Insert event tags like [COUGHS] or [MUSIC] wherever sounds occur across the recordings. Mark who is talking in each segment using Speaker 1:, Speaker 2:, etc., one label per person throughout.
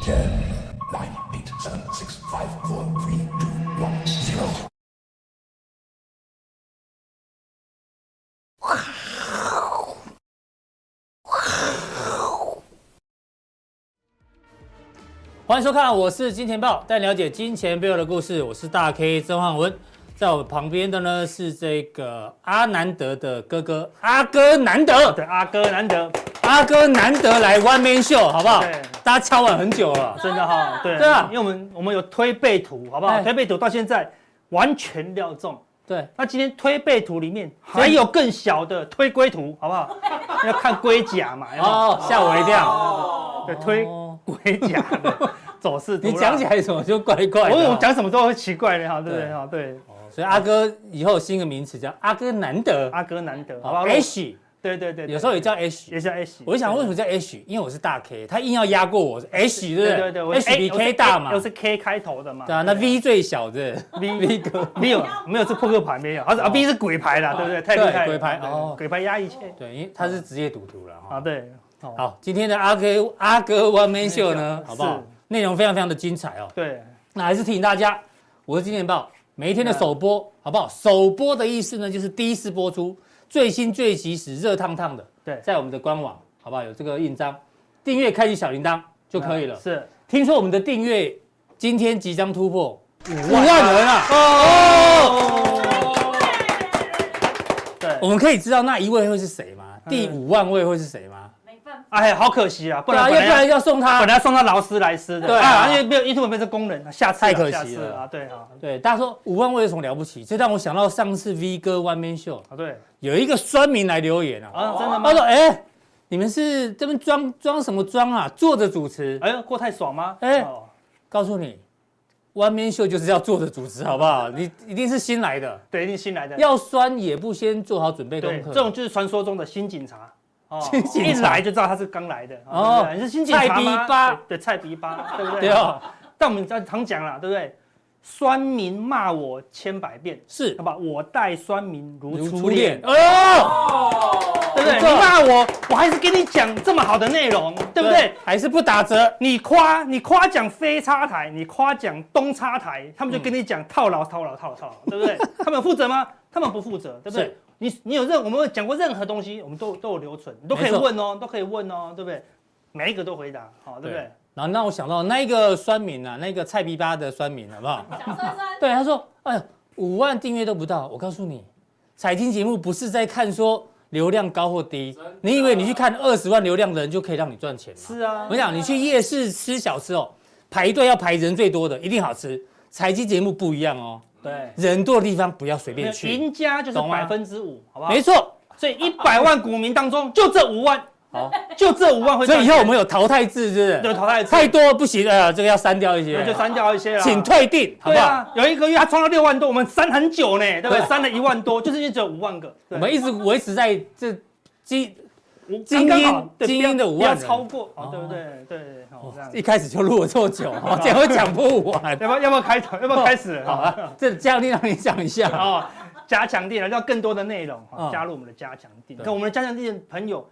Speaker 1: Ten, nine, eight, seven, six, five, four, three, two, one, zero.
Speaker 2: 欢迎收看，我是金钱豹，带你了解金钱背后的故事。我是大 K 曾焕文，在我旁边的呢是这个阿南德的哥哥阿哥南德，
Speaker 3: 对，阿哥难得，
Speaker 2: 阿哥南德来 One Man Show 好不好
Speaker 3: 对？
Speaker 2: 大家敲碗很久了，
Speaker 3: 真的哈、对，
Speaker 2: 对啊
Speaker 3: 因为我们我们有推背图，好不好？
Speaker 2: 哎
Speaker 3: 推背图到现在完全料中。
Speaker 2: 对，
Speaker 3: 那今天推背图里面还有更小的推龟图，好
Speaker 2: [LAUGHS]
Speaker 3: 不好？要看龟甲嘛，有没有
Speaker 2: 哦，吓我一跳，
Speaker 3: 对，推龟甲的走势图啦。
Speaker 2: 你讲起来怎么就怪怪的？
Speaker 3: 哦我我讲什么都会奇怪的哈，对不对
Speaker 2: 对
Speaker 3: 哈？对，
Speaker 2: 所以阿哥以后有新的名词叫阿哥南德，
Speaker 3: 阿哥难得，好
Speaker 2: 好
Speaker 3: 不好
Speaker 2: 吧？H
Speaker 3: 对对对，
Speaker 2: 哦
Speaker 3: 对
Speaker 2: 有时候也叫 H，
Speaker 3: 也像 H，
Speaker 2: 我就想为什么叫 H，因为我是大 K，他硬要压过我是 H，对不
Speaker 3: 对
Speaker 2: 对？
Speaker 3: 对对我
Speaker 2: h 比 K 大嘛
Speaker 3: 我，是 K 开头的嘛。
Speaker 2: 对啊，那 V 最小的 [LAUGHS]
Speaker 3: V
Speaker 2: V 哥，哦
Speaker 3: 没有没有是扑克牌没有，他是啊 B 是鬼牌啦，对不对？太厉害了，
Speaker 2: 鬼牌
Speaker 3: 对
Speaker 2: 哦
Speaker 3: 鬼牌压一切
Speaker 2: 对，因为他是职业赌徒了
Speaker 3: 啊，
Speaker 2: 哈。
Speaker 3: 对，哦
Speaker 2: 好，今天的阿哥阿哥 One Man Show 呢，
Speaker 3: 是
Speaker 2: 好不好？内容非常非常的精彩哦。
Speaker 3: 对，
Speaker 2: 那还是提醒大家，我是金钱豹，每一天的首播，好不好？首播的意思呢，就是第一次播出，最新最及时、热烫烫的，
Speaker 3: 对
Speaker 2: 在我们的官网，好不好？有这个印章，订阅开启小铃铛就可以了。
Speaker 3: 是
Speaker 2: 听说我们的订阅今天即将突破五万人啊！哦
Speaker 3: 对
Speaker 2: 我，们可以知道那一位会是谁吗？第五万位会是谁吗？
Speaker 4: 没办法，
Speaker 3: 哎呀，好可惜啊，不
Speaker 2: 对啊，
Speaker 3: 然
Speaker 2: 要
Speaker 3: 本
Speaker 2: 不然
Speaker 3: 来
Speaker 2: 要送他
Speaker 3: 本。来送到劳斯莱斯的，
Speaker 2: 对啊
Speaker 3: 啊，因为没有 YouTube 没有这功能啊，下次啊
Speaker 2: 太可惜
Speaker 3: 下次
Speaker 2: 了
Speaker 3: 啊，对啊，
Speaker 2: 对，大家说五万位有什么了不起？这让我想到上次 V 哥 One Man Show
Speaker 3: 啊对，
Speaker 2: 有一个酸民来留言啊，
Speaker 3: 啊真的
Speaker 2: 他说
Speaker 3: 吗？：“
Speaker 2: 哎、你们是这边装装什么装啊？坐着主持。
Speaker 3: 哎呦，过太爽吗？
Speaker 2: 哎
Speaker 3: 哦
Speaker 2: 告诉你，One Man Show 就是要坐着主持，好不好？你一定是新来的，
Speaker 3: 对，一定新来的，
Speaker 2: 要酸也不先做好准备
Speaker 3: 对，
Speaker 2: 功
Speaker 3: 这
Speaker 2: 课。
Speaker 3: 种就是传说中的新警察。哦
Speaker 2: 新警察
Speaker 3: 一来就知道他是刚来的
Speaker 2: 哦
Speaker 3: 哦，对不对你是新警察
Speaker 2: 菜
Speaker 3: 吗
Speaker 2: 逼吧
Speaker 3: 对，对菜逼吧，对不对？
Speaker 2: 对哦，
Speaker 3: 但我们常讲啦，对不对？酸民骂我千百遍，
Speaker 2: 是
Speaker 3: 好吧？我待酸民如
Speaker 2: 如
Speaker 3: 初
Speaker 2: 初
Speaker 3: 恋哦
Speaker 2: 恋，，哎呦，
Speaker 3: 对不对？
Speaker 2: 不
Speaker 3: 你
Speaker 2: 错
Speaker 3: 骂我，我还是跟你讲这么好的内容，对不啊对？？
Speaker 2: 还是不打折。
Speaker 3: 你夸你夸奖非插台，你夸奖东插台，他们就跟你讲套牢套牢套牢套牢，对不对？
Speaker 2: [LAUGHS]
Speaker 3: 他们负责吗？他们不负责，对不对
Speaker 2: 是？
Speaker 3: 你你有任我们有讲过任何东西，我们都都有留存，你都可
Speaker 2: 没
Speaker 3: 以
Speaker 2: 错
Speaker 3: 问哦，都可以问哦，对不对？每一个都回答，好，对不对？
Speaker 2: 然后让我想到那一个酸民啊，那个菜逼吧的酸民，好不好？
Speaker 4: 小酸酸，
Speaker 2: 对，他说：“哎呀，五万订阅都不到，我告诉你，财经节目不是在看说流量高或低，你以为你去看二十万流量的人就可以让你赚钱吗？
Speaker 3: 是啊
Speaker 2: 我，想你去夜市吃小吃哦，排队要排人最多的，一定好吃。财经节目不一样哦，
Speaker 3: 对。
Speaker 2: 人多的地方不要随便去，
Speaker 3: 赢家就是
Speaker 2: 懂吗
Speaker 3: 百分之五，好不好？
Speaker 2: 没错。
Speaker 3: 所以一百万股民当中，就这五万，
Speaker 2: 好，
Speaker 3: 就这五万会
Speaker 2: 所
Speaker 3: 赚
Speaker 2: 以以
Speaker 3: 钱。
Speaker 2: 后我们有淘汰制，是不
Speaker 3: 对
Speaker 2: 是？
Speaker 3: 淘汰制
Speaker 2: 太多不行，哎呀，这个要删掉一
Speaker 3: 那
Speaker 2: 些
Speaker 3: 就，删掉一些了。
Speaker 2: 请退订，好
Speaker 3: 对
Speaker 2: 不好？
Speaker 3: 啊，有一个月他冲到六万多，我们删很久呢，对不对
Speaker 2: 对？啊
Speaker 3: 删了一万多，就是因为只有五万个。
Speaker 2: 我
Speaker 3: 对啊
Speaker 2: 们一直维持在这基
Speaker 3: 我
Speaker 2: 精英
Speaker 3: 啊刚刚好对
Speaker 2: 精英的五
Speaker 3: 不要
Speaker 2: 万
Speaker 3: 不
Speaker 2: 人
Speaker 3: 要超过，哦，对不对？对对，好这样
Speaker 2: 哦一。开始就录了这么
Speaker 3: [LAUGHS]
Speaker 2: 久，哦这样会讲不完。
Speaker 3: 要不要要不要开头？要不要开始？
Speaker 2: 好
Speaker 3: 好啊，
Speaker 2: 啊，这这样让你讲一下。
Speaker 3: 哦，加强店要更多的内容，哦
Speaker 2: 嗯
Speaker 3: 加入我们的加强店。
Speaker 2: 对
Speaker 3: 跟我们的加强店朋友，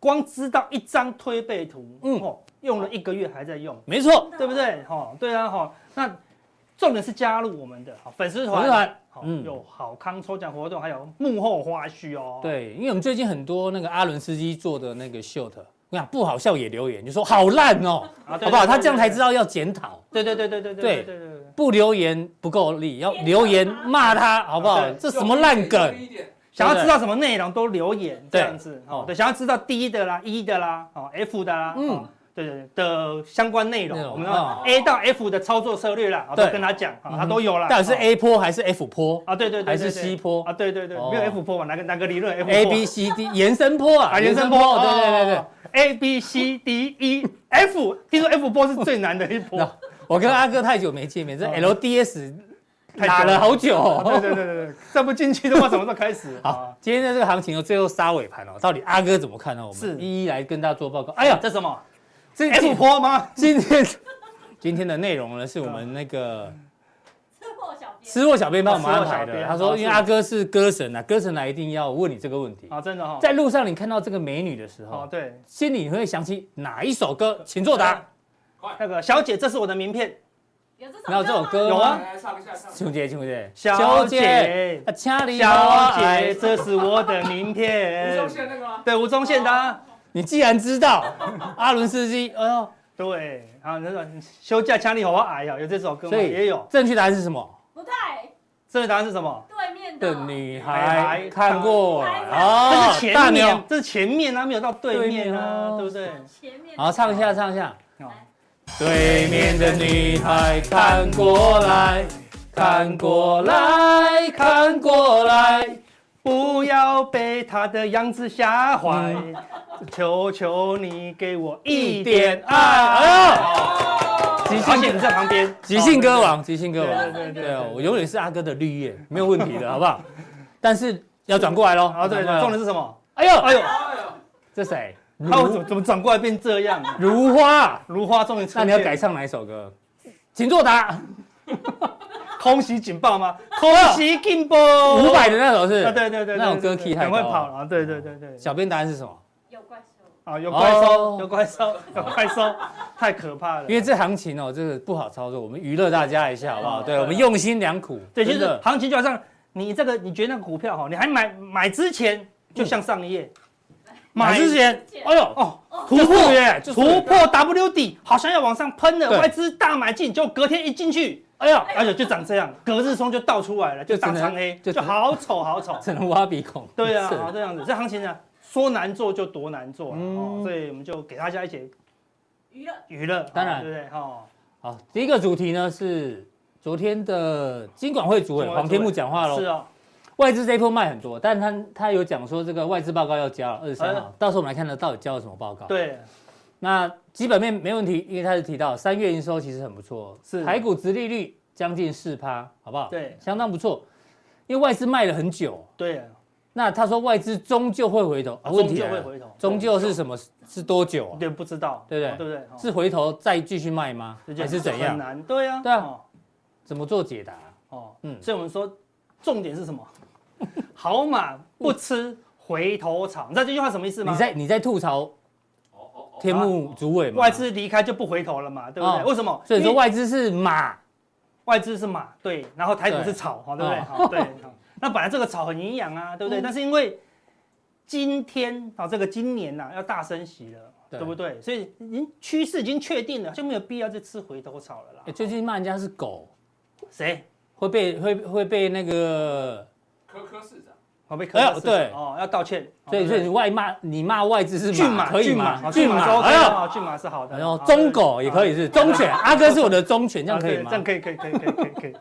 Speaker 3: 光知道一张推背图，
Speaker 2: 嗯
Speaker 3: 哦，用了一个月还在用。
Speaker 2: 没错，
Speaker 3: 对不对？哈、对啊，哈、那重点是加入我们的好粉丝
Speaker 2: 粉丝
Speaker 3: 团
Speaker 2: 团，
Speaker 3: 好、
Speaker 2: 嗯
Speaker 3: 有好康抽奖活动，还有幕后花絮哦。，
Speaker 2: 对，因为我们最近很多那个阿伦斯基做的那个 short，我想不好笑也留言，就说好烂哦，
Speaker 3: [LAUGHS] 啊对
Speaker 2: 好不好？
Speaker 3: 对对
Speaker 2: 他这样才
Speaker 3: 对
Speaker 2: 知道要检讨，
Speaker 3: 对对对对
Speaker 2: 对
Speaker 3: 对对对对对对。
Speaker 2: 不留言不够力，要留言骂他，好不好？
Speaker 3: 对
Speaker 2: 这什么烂梗？
Speaker 3: 想要知道什么内容都留言这
Speaker 2: 对
Speaker 3: 样子
Speaker 2: 哦
Speaker 3: 哦，对，想要知道 D 的啦、E 的啦、哦 F 的啦，
Speaker 2: 嗯
Speaker 3: 嗯，对对对的相关内容
Speaker 2: 内，容
Speaker 3: 我们
Speaker 2: 哦
Speaker 3: 要 A 到 F 的操作策略啦，我都
Speaker 2: 对
Speaker 3: 跟他讲，啊
Speaker 2: 哼
Speaker 3: 他都有啦。
Speaker 2: 到底是
Speaker 3: 哦
Speaker 2: A 坡还是 F 坡
Speaker 3: 啊，对对对，
Speaker 2: 还是
Speaker 3: 对对
Speaker 2: C 坡
Speaker 3: 啊，对对对，
Speaker 2: 哦
Speaker 3: 没有 F 坡嘛，哪个哪个理论 F 坡
Speaker 2: ？A B C D 延伸坡啊，
Speaker 3: 啊，延伸哦波，
Speaker 2: 对对对对。
Speaker 3: ，A B C D E F，听说 F 波是最难的一波，
Speaker 2: 那我跟阿哥太久没见面，这
Speaker 3: 哦
Speaker 2: LDS
Speaker 3: 太久了
Speaker 2: 打了好久哦、
Speaker 3: 啊对对对对对，再不进去的话，什么时候开始？
Speaker 2: 好，，今天的这个行情哦，最后杀尾盘哦，到底阿哥怎么看呢？我
Speaker 3: 是哎
Speaker 2: 们一一来跟大家做报告。哎呀，
Speaker 3: 这什么
Speaker 2: 这
Speaker 3: F 波吗？
Speaker 2: 今天 [LAUGHS] 今天的内容呢，是我们那个
Speaker 4: 吃货小编，
Speaker 2: 吃货小编帮我们
Speaker 3: 哦
Speaker 2: 安
Speaker 3: 吃货
Speaker 2: 排
Speaker 3: 小
Speaker 2: 的。
Speaker 3: 编
Speaker 2: 他说，
Speaker 3: 哦
Speaker 2: 因为阿哥是歌神啊，歌神来一定要问你这个问题。
Speaker 3: 啊，真的哈，
Speaker 2: 在路上你看到这个美女的时
Speaker 3: 哦
Speaker 2: 候，
Speaker 3: 对，哎
Speaker 2: 心里你会想起哪一首歌？请作答。
Speaker 5: 快
Speaker 3: 那个小姐，这是我的名片，
Speaker 4: 有这首
Speaker 2: 哪有这首歌
Speaker 3: 有
Speaker 4: 吗
Speaker 3: 啊
Speaker 5: 来来唱一下，唱一下。
Speaker 2: 兄弟兄弟，
Speaker 3: 小姐，
Speaker 2: 啊，哎请你
Speaker 3: 小
Speaker 2: 小
Speaker 3: 姐，
Speaker 2: 姐，
Speaker 3: 这是我的名
Speaker 5: [LAUGHS] 吴宗
Speaker 3: 片。
Speaker 5: 宪那啊个吗？
Speaker 3: 对，吴宗宪的啊、
Speaker 2: 你既然知道阿伦斯基，哎呦，
Speaker 3: 对，啊，那个休假枪力好矮哎呀，有这首歌吗？
Speaker 2: 所以
Speaker 3: 也有。
Speaker 2: 正确答案是什么？
Speaker 4: 不对，
Speaker 3: 正确答案是什么？
Speaker 4: 对面
Speaker 2: 的
Speaker 4: 的哦
Speaker 3: 哦
Speaker 2: 女孩
Speaker 3: 孩
Speaker 2: 看过我
Speaker 3: 这
Speaker 2: 哦
Speaker 3: 是，
Speaker 2: 大
Speaker 3: 前
Speaker 2: 牛
Speaker 3: 面，，这是前面啊，没有到对面
Speaker 2: 对面哦
Speaker 3: 啊，对不对？
Speaker 4: 前面的
Speaker 2: 好，唱一下，唱一下。
Speaker 3: 哦
Speaker 2: 对面的女孩看过来，看过来，看过来，
Speaker 3: 不要被他的样子吓坏，求求你给我一
Speaker 2: 嗯一
Speaker 3: 点
Speaker 2: 点
Speaker 3: 爱。哦
Speaker 2: 爱。哎呦，
Speaker 4: 哦
Speaker 2: 即
Speaker 3: 而且
Speaker 2: 兴
Speaker 3: 你在旁边，
Speaker 2: 即兴歌王，即兴歌
Speaker 3: 对，
Speaker 2: 王
Speaker 3: 对，对对
Speaker 2: 对
Speaker 3: 对
Speaker 2: 哦，我永远是阿哥的绿叶，没有问题的，好不好？但是要转过来喽。
Speaker 3: 啊，对，
Speaker 2: 转过来
Speaker 3: 重点
Speaker 2: 咯
Speaker 3: 是什么？
Speaker 2: 哎呦，
Speaker 3: [LAUGHS] 哎呦，
Speaker 5: 哎呦，
Speaker 2: 这谁？
Speaker 3: 他我怎
Speaker 2: 如
Speaker 3: 么怎么转过来变这样？啊
Speaker 2: [LAUGHS] 如花，
Speaker 3: 如花终于出
Speaker 2: 那
Speaker 3: 现，
Speaker 2: 你要改唱哪一首歌？请作答。
Speaker 3: 空袭警
Speaker 2: [LAUGHS]
Speaker 3: 报吗？空袭警报，
Speaker 2: 五百的那首是
Speaker 3: 啊，对对对，
Speaker 2: 那种
Speaker 3: 对
Speaker 2: 歌
Speaker 3: 对
Speaker 2: key 太高
Speaker 3: 赶快
Speaker 2: 了
Speaker 3: 跑了，啊对对对对，
Speaker 2: 小编答案是什么？
Speaker 4: 有怪兽，
Speaker 3: 啊，有怪兽
Speaker 2: 哦，
Speaker 3: 有怪兽，有怪兽，太可怕了。
Speaker 2: [LAUGHS] 因为这行情哦，这个不好操作，我们娱乐大家一下好不好？
Speaker 3: 对啊
Speaker 2: 对，我们用心良苦，
Speaker 3: 对，就
Speaker 2: 真
Speaker 3: 是
Speaker 2: 的
Speaker 3: 行情就好像你这个，你觉得那个股票哈，你还买买之前就向上一页，
Speaker 2: 买之前，哎呦，
Speaker 3: 哦，
Speaker 2: 突破耶，
Speaker 3: 突
Speaker 2: 突破，
Speaker 3: 破 W 底，好像要往上喷了，
Speaker 2: 对
Speaker 3: 外资大买进，结果隔天一进去，
Speaker 2: 哎呦，
Speaker 3: 而且就长这样，隔日冲就倒出来了，就
Speaker 2: 就只
Speaker 3: 大
Speaker 2: 能
Speaker 3: 长黑，
Speaker 2: 就
Speaker 3: 就
Speaker 2: 只能
Speaker 3: 好丑好丑。
Speaker 2: 只能挖鼻孔。
Speaker 3: 对啊，
Speaker 2: 是
Speaker 3: 啊这样子，这行情呢，说难做就多难做啊，哦
Speaker 2: 嗯
Speaker 3: 所以我们就给大家一些
Speaker 4: 娱乐
Speaker 3: 娱乐，
Speaker 2: 当然
Speaker 3: 哦对不对？哈，
Speaker 2: 好，第一个主题呢是昨天的金管会主委
Speaker 3: 金管会主委
Speaker 2: 黄天木讲话喽
Speaker 3: 是。哦，
Speaker 2: 外资这一波卖很多，但他他有讲说这个外资报告要交了二十三
Speaker 3: 哎
Speaker 2: 号，到时候我们来看他到底交了什么报告。
Speaker 3: 对，
Speaker 2: 那基本面没问题，因为他是提到三月营收其实很不错，
Speaker 3: 是
Speaker 2: 台股殖利率将近四趴，好不好？
Speaker 3: 对
Speaker 2: 相当不错。因为外资卖了很久，
Speaker 3: 对，啊
Speaker 2: 那他说外资终究会回头，啊、问题
Speaker 3: 终
Speaker 2: 来
Speaker 3: 究会
Speaker 2: 了，
Speaker 3: 回头，
Speaker 2: 终究是什么？是多久
Speaker 3: 有
Speaker 2: 啊？
Speaker 3: 点不知道，
Speaker 2: 对不对
Speaker 3: 哦对不对？哦
Speaker 2: 是回头再继续卖吗？
Speaker 3: 这就
Speaker 2: 还是怎
Speaker 3: 很
Speaker 2: 样？
Speaker 3: 难，对啊，
Speaker 2: 对啊
Speaker 3: 哦，
Speaker 2: 怎么做解答？
Speaker 3: 哦，
Speaker 2: 嗯
Speaker 3: 所以我们说重点是什么？ [LAUGHS] 好马不吃回头草，你知道这句话什么意思吗？
Speaker 2: 你在你在吐槽
Speaker 5: 哦哦哦，
Speaker 2: 天幕主委吗？
Speaker 3: 外，资离开就不回头了嘛，对不对？
Speaker 2: 哦
Speaker 3: 为什么？
Speaker 2: 所以说
Speaker 3: 因为
Speaker 2: 外资是马，
Speaker 3: 外资是马，对，然后台股是草，哈，对不对？
Speaker 2: 哦
Speaker 3: 好对，好那本来这个草很营养啊，对不对？
Speaker 2: 嗯
Speaker 3: 但是因为今天啊，这个今年呐要大升息了，
Speaker 2: 对
Speaker 3: 对不对？所以已经趋势已经确定了，就没有必要再吃回头草了啦
Speaker 2: 诶。欸最近骂人家是狗，
Speaker 3: 谁？
Speaker 2: 会被会会被那个，
Speaker 5: 科科市长，
Speaker 3: 我被科
Speaker 2: 哎呦
Speaker 3: 了
Speaker 2: 对
Speaker 3: 哦，要道歉。哦
Speaker 2: 所以所以
Speaker 3: 对
Speaker 2: 你外骂你骂外资是
Speaker 3: 骏
Speaker 2: 马
Speaker 3: 马，
Speaker 2: 可以
Speaker 3: 骏
Speaker 2: 吗？
Speaker 3: 马，骏马是 OK
Speaker 2: 哎
Speaker 3: 的
Speaker 2: 呦，
Speaker 3: 哦，骏马是好的。
Speaker 2: 然后
Speaker 3: 哦
Speaker 2: 中狗也可以是忠犬，阿哥是我的忠犬，这样可以
Speaker 3: 啊对
Speaker 2: 吗
Speaker 3: 这？样可以，可以，可以，可以，可以，可以。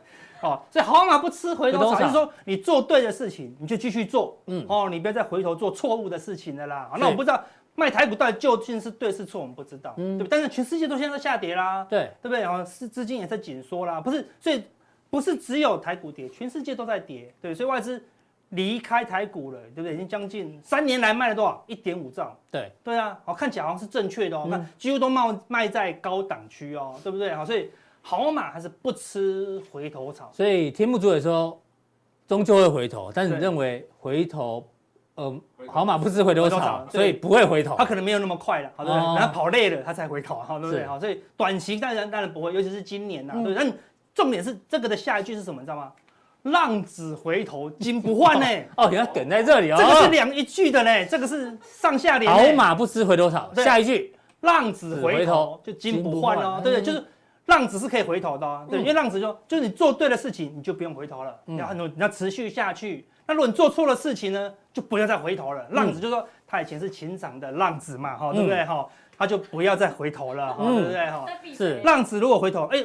Speaker 3: 哦，所以好马不吃回头
Speaker 2: 回头
Speaker 3: 草，
Speaker 2: 草
Speaker 3: 就是说你做对的事情，你就继续做，
Speaker 2: 嗯
Speaker 3: 嗯，哦，你不要再回头做错误的事情了啦。好哦那
Speaker 2: 是
Speaker 3: 我不知道卖台股到底究竟是对是错，我们不知道，
Speaker 2: 嗯
Speaker 3: 对不对？但是全世界都现在都下跌啦，
Speaker 2: 对，
Speaker 3: 对不对？然后是资金也在紧缩啦，不是，所以不是只有台股跌，全世界都在跌，对，所以外资离开台股了，对不对？已经将近三年来卖了多少？一点五兆。
Speaker 2: 对
Speaker 3: 对啊，好看起来好像是正确的哦，
Speaker 2: 嗯
Speaker 3: 看几乎都卖卖在高档区哦，对不对？好，所以好马还是不吃回头草。
Speaker 2: 所以天幕主委说，终究会回头，但是你
Speaker 3: 对
Speaker 2: 认为回头，呃，
Speaker 5: 回头
Speaker 2: 好马不是回头
Speaker 3: 回头
Speaker 2: 草
Speaker 3: 草，对
Speaker 2: 所以不会回头
Speaker 3: 他。可能没有那么快了，好对不对？
Speaker 2: 哦
Speaker 3: 然后跑累了，他才回头，好对不对？
Speaker 2: 是
Speaker 3: 好，所以短期当然当然不会，尤其是今年呐、
Speaker 2: 嗯
Speaker 3: 对不对。但重点是这个的下一句是什么，你知道吗？浪子回头金不
Speaker 2: [LAUGHS]
Speaker 3: 换呢、
Speaker 2: 哦，原来梗在这里哦。
Speaker 3: 这个是两一句的呢，这个是上下联、
Speaker 2: 好
Speaker 3: 欸。
Speaker 2: 马不吃回头草。
Speaker 3: 对
Speaker 2: 下一句，
Speaker 3: 浪子
Speaker 2: 子回
Speaker 3: 回
Speaker 2: 头
Speaker 3: 头就金不换
Speaker 2: 金不
Speaker 3: 哦
Speaker 2: 换，
Speaker 3: 对不对？
Speaker 2: 嗯
Speaker 3: 就是浪子是可以回头的、哦，对，
Speaker 2: 嗯
Speaker 3: 因为浪子就就是你做对的事情，你就不用回头了，
Speaker 2: 嗯
Speaker 3: 然后你要持续下去。那如果你做错了事情呢，就不要再回头
Speaker 2: 嗯
Speaker 3: 了。浪子就说他以前是情场的浪子嘛，哈，对不对？哈，他就不要再回头了，哈，
Speaker 2: 嗯
Speaker 3: 对不对？哈，
Speaker 4: 在比
Speaker 2: 是
Speaker 4: 谁？
Speaker 3: 浪子如果回头，哎，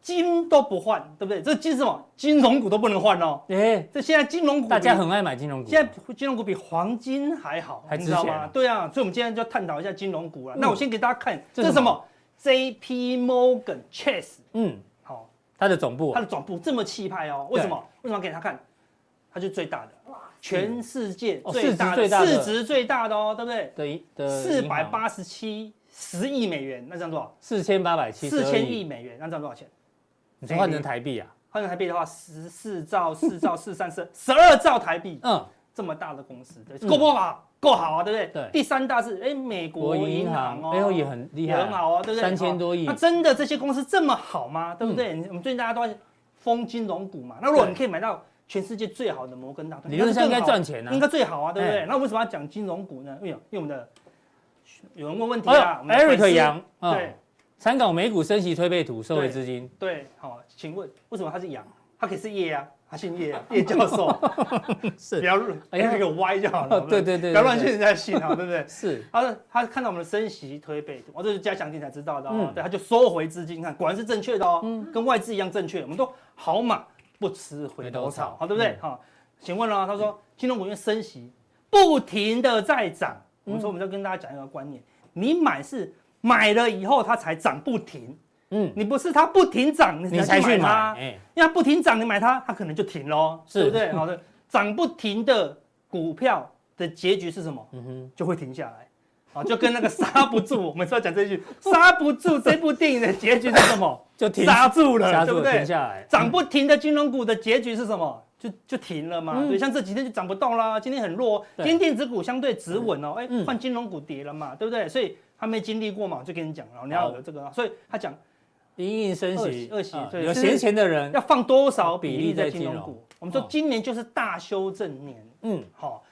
Speaker 3: 金都不换，对不对？这金是什么？金融股都不能换哦。
Speaker 2: 哎，
Speaker 3: 这现在金融股
Speaker 2: 大家
Speaker 3: 比
Speaker 2: 很爱买金融股。
Speaker 3: 现在金融股比黄金还好，
Speaker 2: 还
Speaker 3: 你知道
Speaker 2: 值钱
Speaker 3: 吗
Speaker 2: 啊？
Speaker 3: 对啊，所以我们今天就探讨一下金融股啊。
Speaker 2: 嗯
Speaker 3: 那我先给大家看，
Speaker 2: 这
Speaker 3: 这
Speaker 2: 是
Speaker 3: 是
Speaker 2: 什
Speaker 3: 什
Speaker 2: 么
Speaker 3: 么？JP Morgan Chase，
Speaker 2: 嗯，
Speaker 3: 好，
Speaker 2: 它的总部
Speaker 3: 它
Speaker 2: 啊
Speaker 3: 的总部这么气派哦，为什么？为什么要给他看？它就是最大的，全世界
Speaker 2: 哦
Speaker 3: 最大
Speaker 2: 市值最
Speaker 3: 的，
Speaker 2: 大的呃
Speaker 3: 市值最大的哦，对不对？
Speaker 2: 的一的
Speaker 3: 四百八十七十亿美元，那这样多少？
Speaker 2: 四千八百七
Speaker 3: 四千亿，美元，那这样多少钱？
Speaker 2: 你说换成台币啊？
Speaker 3: 换成台币的话，十四兆、四兆、四三四、十二兆台币，
Speaker 2: 嗯，
Speaker 3: 这么大的公司，对
Speaker 2: 嗯
Speaker 3: 够不够啊？够好啊，对不对？
Speaker 2: 对
Speaker 3: 第三大是哎美国
Speaker 2: 国营
Speaker 3: 银
Speaker 2: 银
Speaker 3: 行
Speaker 2: 行，
Speaker 3: 哦，
Speaker 2: 哎呦也很厉
Speaker 3: 也
Speaker 2: 害
Speaker 3: 很
Speaker 2: 啊，
Speaker 3: 好哦，对不对？
Speaker 2: 3000多亿嗯
Speaker 3: 好那真的这些公司这么好吗？对不对？我们最近大家都在疯金融股嘛，那如果
Speaker 2: 对
Speaker 3: 你可以买到全世界最好的摩根大通，
Speaker 2: 理论上应该
Speaker 3: 那更好
Speaker 2: 赚钱啊
Speaker 3: 应。该最好啊，对不对
Speaker 2: 哎？
Speaker 3: 那为什么要讲金融股呢？因为因为我们的有人问问题啊，我
Speaker 2: 哎
Speaker 3: 们的
Speaker 2: 呦，Eric
Speaker 3: 粉丝
Speaker 2: 杨啊
Speaker 3: 对，
Speaker 2: 参考美股升息推背图，收回资金，
Speaker 3: 对，好，请问为什么他是杨？他可以是叶啊，他姓叶啊，叶教授，
Speaker 2: [LAUGHS] 是
Speaker 3: 不要
Speaker 2: 哎
Speaker 3: 哎
Speaker 2: 呀哦
Speaker 3: 呀，那个歪就好了，好不好
Speaker 2: 对对对对
Speaker 3: 不要乱去人家信啊，对不对？
Speaker 2: 是
Speaker 3: 他说他看到我们的升息推背图，哦，这是加强定才知道的哦，
Speaker 2: 嗯
Speaker 3: 对，他就收回资金，看果然是正确的哦，跟外资一样正确，我们都好马不吃回头
Speaker 2: 回头草
Speaker 3: 草，好，对不对？好、请问了、他说金融股因为升息不停的在涨，
Speaker 2: 嗯
Speaker 3: 我们说我们就跟大家讲一个观念，你买是买了以后它才涨不停，
Speaker 2: 嗯，
Speaker 3: 你不是它不停涨
Speaker 2: 你
Speaker 3: 你
Speaker 2: 才
Speaker 3: 才
Speaker 2: 去
Speaker 3: 去买
Speaker 2: 买，
Speaker 3: 它，
Speaker 2: 哎，
Speaker 3: 因为它不停涨，你买它，它可能就停喽，
Speaker 2: 是
Speaker 3: 对不对？好的，涨不停的股票的结局是什么？
Speaker 2: 嗯哼，
Speaker 3: 就会停下来。啊，就跟那个刹不住，我们是要讲这句“刹不住”这部电影的结局是什么？
Speaker 2: 就停
Speaker 3: 刹住了，
Speaker 2: 刹
Speaker 3: 对
Speaker 2: 住
Speaker 3: 不
Speaker 2: 了停
Speaker 3: 对？
Speaker 2: 下来，嗯
Speaker 3: 涨不停的金融股的结局是什么？就就停了嘛。
Speaker 2: 嗯
Speaker 3: 对，像这几天就涨不动啦，今天很弱哦，
Speaker 2: 对
Speaker 3: 今天电子股相对止稳哦，哎
Speaker 2: 嗯，
Speaker 3: 换金融股跌了嘛，对不对？所以他没经历过嘛，我就跟你讲了，你要
Speaker 2: 好
Speaker 3: 有这个，所以他讲
Speaker 2: 因应升息，
Speaker 3: 二十
Speaker 2: 啊
Speaker 3: 对
Speaker 2: 有
Speaker 3: 就是
Speaker 2: 闲钱的人，
Speaker 3: 要放多少比
Speaker 2: 比例
Speaker 3: 例
Speaker 2: 在
Speaker 3: 在金融
Speaker 2: 金
Speaker 3: 股？我们说
Speaker 2: 哦
Speaker 3: 今年就是大修正年，
Speaker 2: 嗯，
Speaker 3: 好、